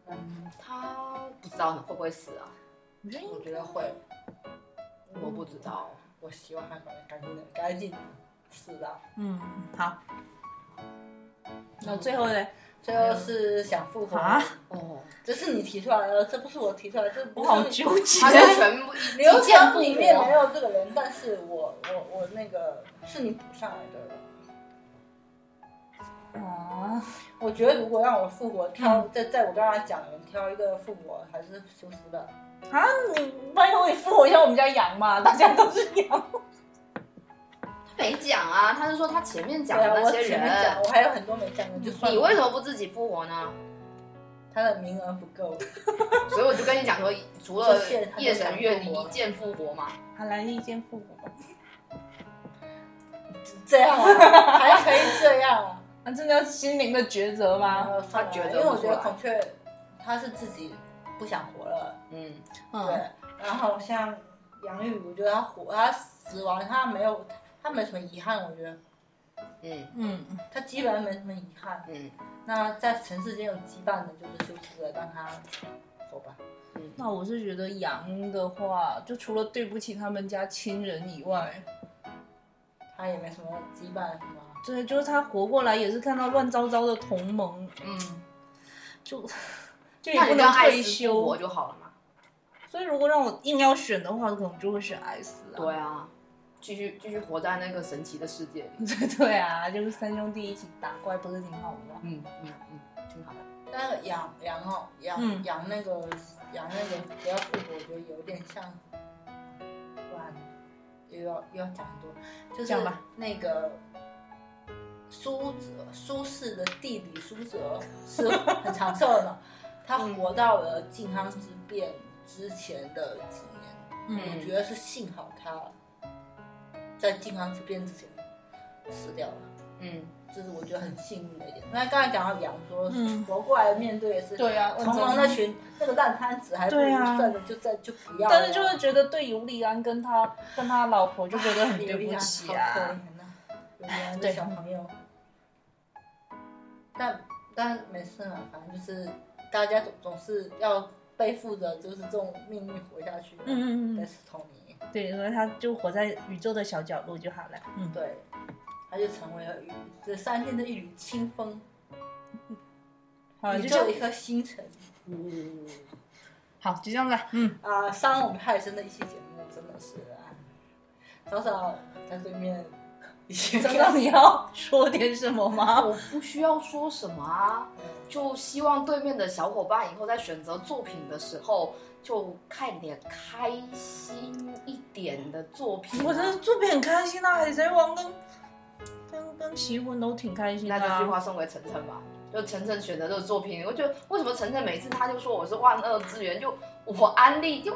嗯，他不知道会不会死啊？我觉得我觉得会，我不知道。我希望他赶紧赶紧赶紧死吧。嗯好。那最后呢？最哎后是想复活啊，哦，这是你提出来的，这不是我提出来的，这不我是好你纠结。他是全部一流一剑程不里面没活。有这个人，但是我我我那个是你补上来的。啊，我觉得如果让我复活，嗯挑在在我刚才讲的人挑一个复活，还是苏斯吧。啊，你拜托你复活一下我们家羊嘛， 大家都是羊。没讲啊，他是说他前面对讲啊，我的那些前面讲，人。我还有很多没讲的，就算了你为什么不自己复活呢？他的名额不够？所以我就跟你讲说，除了就现夜神月，他就想复你活一剑复活嘛。好来一键复活吧。这样啊，还可以这样啊？啊，这叫心灵的抉择 吗？他觉得啊因为我觉不啊出得来孔雀他是自己不想活了，嗯，嗯，对。然后像杨钰，我觉得他活，他死亡，他没有，他没什么遗憾，我觉得嗯嗯，他基本上没什么遗憾。嗯那在尘世间有羁绊的，就是休斯了，让他走吧。嗯那我是觉得羊的话，就除了对不起他们家亲人以外，他也没什么羁绊，什么。对，就是他活过来也是看到乱糟糟的同盟，嗯，就就也那不你跟能艾退斯复活休。就好了嘛。所以如果让我硬要选的话，可能就会选艾斯啊。对啊，继续继续活在那个神奇的世界里。对 对啊，就是三兄弟一起打怪，不是挺好的吗？嗯嗯嗯，挺好的。但是羊羊哦，羊嗯羊那个羊那个不要复活，我觉得有点像，不然又要又要讲很多，就是讲吧那个苏辙苏轼的弟弟苏 辙哦是很长寿的嘛，他嗯活到了靖康之变之前的几年，嗯我觉得是幸好他在靖康之变之前死掉了。嗯这是我觉得很幸运的一点。那刚才讲到杨说，嗯活过来面对也是，对啊同盟那群那个烂摊子还不如对啊算了，就再就不要了。但是就会觉得对尤利安跟他跟他老婆就觉得 很对不起好可啊。怜啊，有点对小朋友。但但没事嘛，反正就是大家总总是要背负着就是这种命运活下去。嗯嗯嗯但是同你对，所以他就活在宇宙的小角落就好了。嗯，对，他就成为了雨这山间的一缕清风，好了，宇啊就宙像的一颗星辰。嗯，好，就这样子啦。嗯，啊，伤我们太深的一期节目，真的是啊，早早在对面， 真的你要说点什么吗？我不需要说什么啊，就希望对面的小伙伴以后在选择作品的时候，就看点开心一点的作品啊、我真的作品很开心啊，《海贼王跟》跟跟奇异魂都挺开心的、那这句啊。话送给晨晨吧。就晨晨选择这个作品，我觉得为什么晨晨每次他就说我是万恶之源，就我安利，就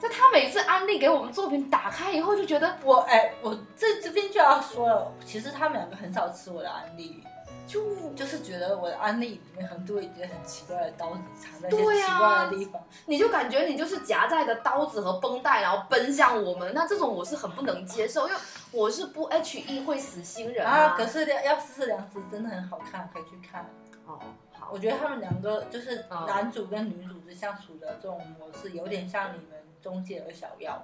就他每次安利给我们作品打开以后，就觉得我哎，我这这边就要说了，其实他们两个很少吃我的安利，就就是觉得我的安利里面很多一些很奇怪的刀子藏在一些对奇啊怪的地方，你就感觉你就是夹在一个刀子和绷带，然后奔向我们。那这种我是很不能接受，因为我是不 H E 会死心人啊，啊。可是要要是两只真的很好看，可以去看。哦，好，我觉得他们两个就是哦男主跟女主之相处的这种模式，有点像你们中介和小妖，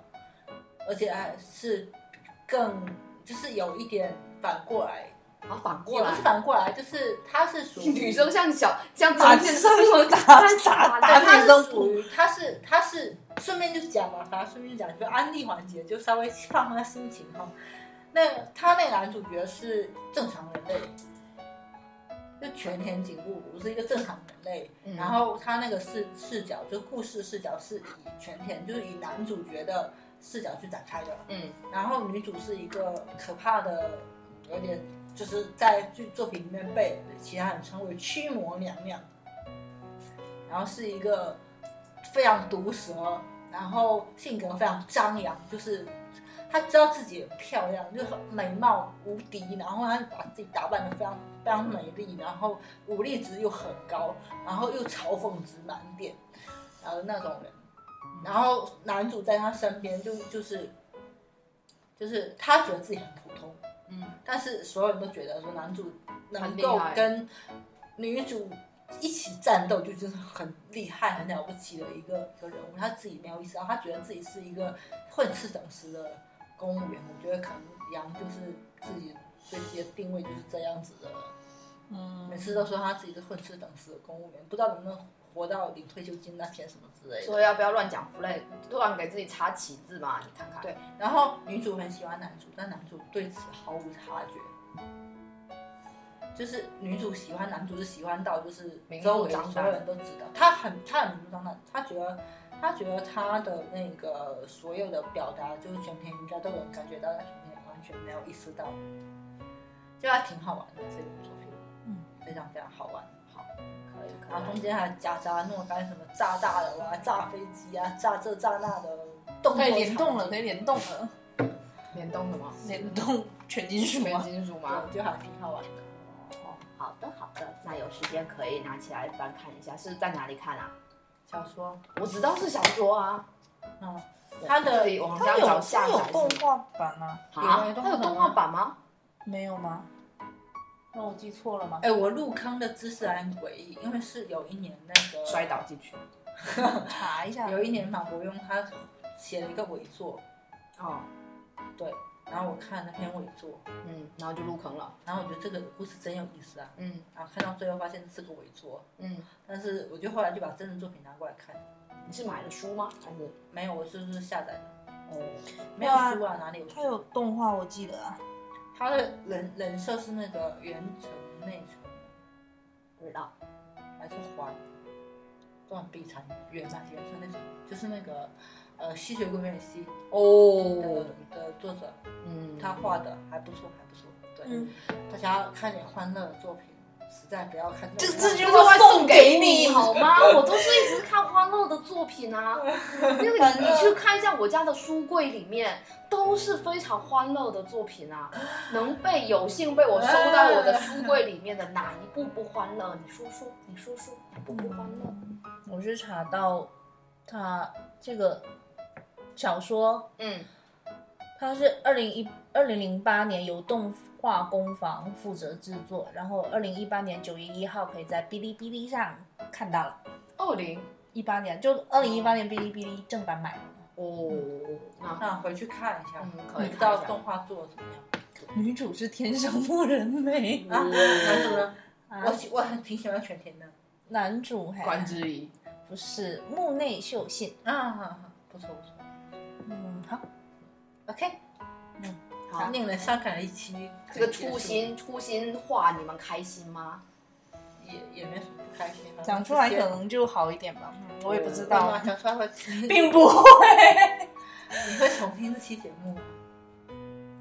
而且还是更就是有一点反过来，好反也过来嗯不是，反过来，就是他是属于 女生像小像打中间上打打对，打他女生是属于他是他是顺便就是讲嘛，反正顺便就讲就安利环节，就稍微放放下心情哈。那他那个男主角是正常人类，就全田景步不是一个正常人类，嗯然后他那个视视角，就故事视角是以全田，就是以男主角的视角去展开的。嗯，然后女主是一个可怕的，有点就是在剧作品里面被其他人称为驱魔娘娘，然后是一个非常毒舌，然后性格非常张扬，就是她知道自己很漂亮，就是美貌无敌，然后她把自己打扮的非常非常美丽，然后武力值又很高，然后又嘲讽值满点，然后那种人。然后男主在她身边就就是就是他觉得自己很普通，嗯，但是所有人都觉得说男主能很厉够害跟女主一起战斗，就就是很厉害、很了不起的一个一个人物。他自己没有意识到，他觉得自己是一个混吃等死的公务员。我觉得可能杨就是自己对自己的定位就是这样子的，嗯每次都说他自己是混吃等死的公务员，不知道能不能活到领退休金那天什么之类的。所以要不要乱讲 flag，乱给自己插旗帜嘛？你看看，对，然后女主很喜欢男主，但男主对此毫无察觉。就是女主喜欢男主是喜欢到就是明目周围张胆所有人都知道，她很她很明目张胆，她觉得她觉得她的那个所有的表达就是全篇应该都能感觉到，但全篇完全没有意识到，就还挺好玩的这部作品，嗯，非常非常好玩。好，可以然后可中以。间还夹杂若干什么炸大楼啊、炸飞机啊、炸这炸那的动作可以联动场了，景可以联动了，联动什么？联动全金属全吗？金属吗？对，就还挺好玩的。哦，好的好的，那有时间可以拿起来翻看一下，是在哪里看啊？小说，我知道是小说啊，嗯，它的可以网上找下载是吗。画版吗？有啊有，动画它有动画版吗？没有吗？那我记错了吗？哎，我入坑的知识还很诡异，因为是有一年那个摔，倒进去。 查一下。有一年马伯庸他写了一个伪作，哦，对，然后我看了那篇伪作，嗯，然后就入坑了。然后我觉得这个故事真有意思啊，嗯然后看到最后发现是个伪作，嗯，但是我就后来就把真人作品拿过来看，你是买了书吗？还是？没有，我就是下载的，哦，没有哇书啊，哪里有书？有动画，我记得啊。他的人人设是那个原城内城不知道。还是环断臂残原版原城内城，就是那个呃吸血鬼美西。哦的，的作者，嗯，他画的还不错，还不错。对，嗯，大家看点欢乐的作品，实在不要看这种这就就是会会送送给给你你好 吗？我都是一直看欢乐的作品啊，因为你你去看一下我家的书柜里面，都是非常欢乐的作品啊。能被有幸被我收到我的书柜里面的哪一部不欢乐？你说说，你说说，哪部不欢乐？我是查到他这个小说，嗯，它是二零一二零零八年由动画工坊负责制作，然后二零一八年九月一号可以在哔哩哔哩上看到了。二零一八年就二零一八年哔哩哔哩正版买的，哦，那那回去看一下，嗯可以不知看一道下动画做的怎么样女主是天生木人美啊？男主呢？啊我喜我很挺喜欢全田的，男主还关之琳，不是木内秀信，啊，不错不错。嗯，好， OK，好，令人伤感的一期，这个初心初心话你们开心吗？也也没什么不开心啊，讲出来可能就好一点吧，嗯我也不知道，讲出来会， 并不会你会重听这期节目吗？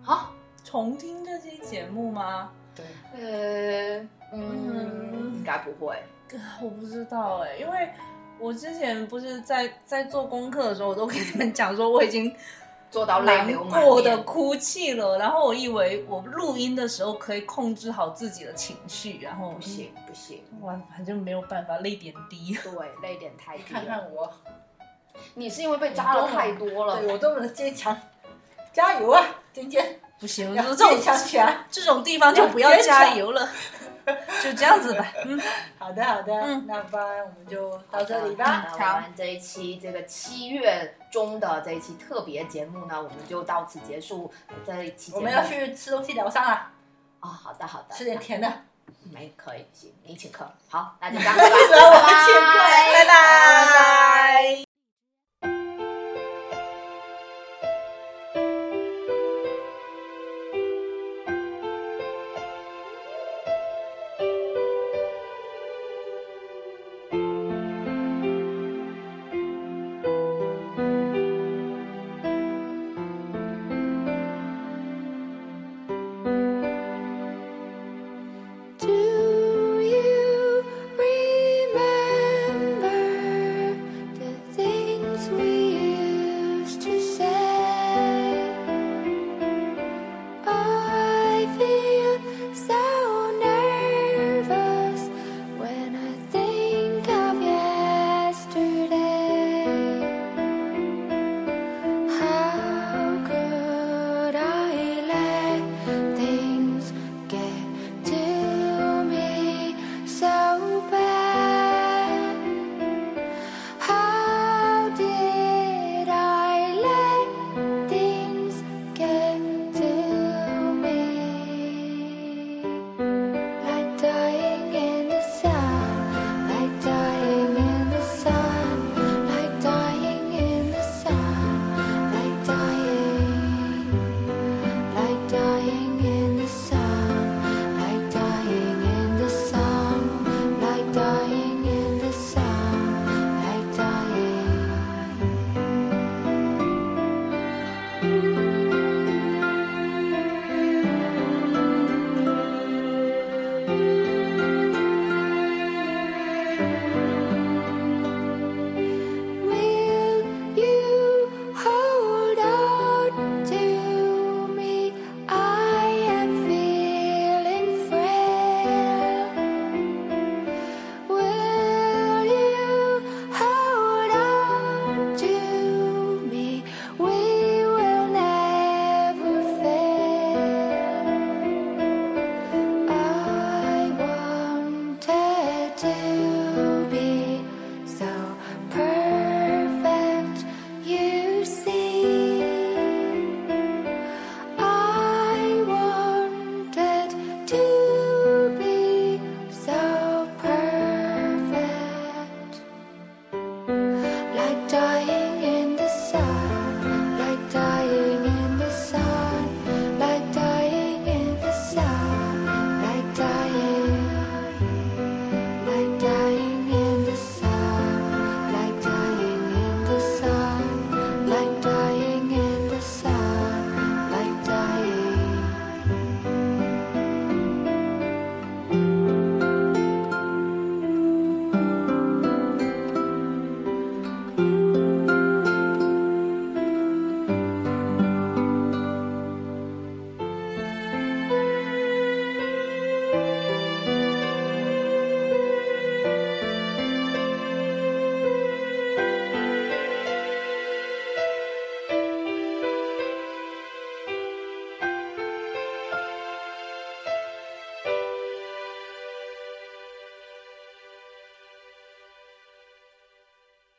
啊，重听这期节目吗？对，呃，嗯，应该不会。我不知道哎、因为我之前不是在在做功课的时候，我都跟你们讲说我已经做到泪难流满过的面。哭泣了，然后我以为我录音的时候可以控制好自己的情绪，然后不，行不行，我反正没有办法，泪点 低。对，泪点太你低看了。看我，你是因为被扎了太多了对，我多么的坚强，加油啊，今天不行，要嗯这坚种强起来。这种地方就 不要加油了，就这样子吧。嗯，好的，好的，嗯那不然我们就到好这的里吧。那我们这一期这个七月中的这一期特别节目呢，我们就到此结束。这一嗯期节我目们要去吃东西疗伤了，啊，好的好的，吃点甜的。没 可以行，你请客。好，那就这样，拜拜，拜请客 拜，拜拜。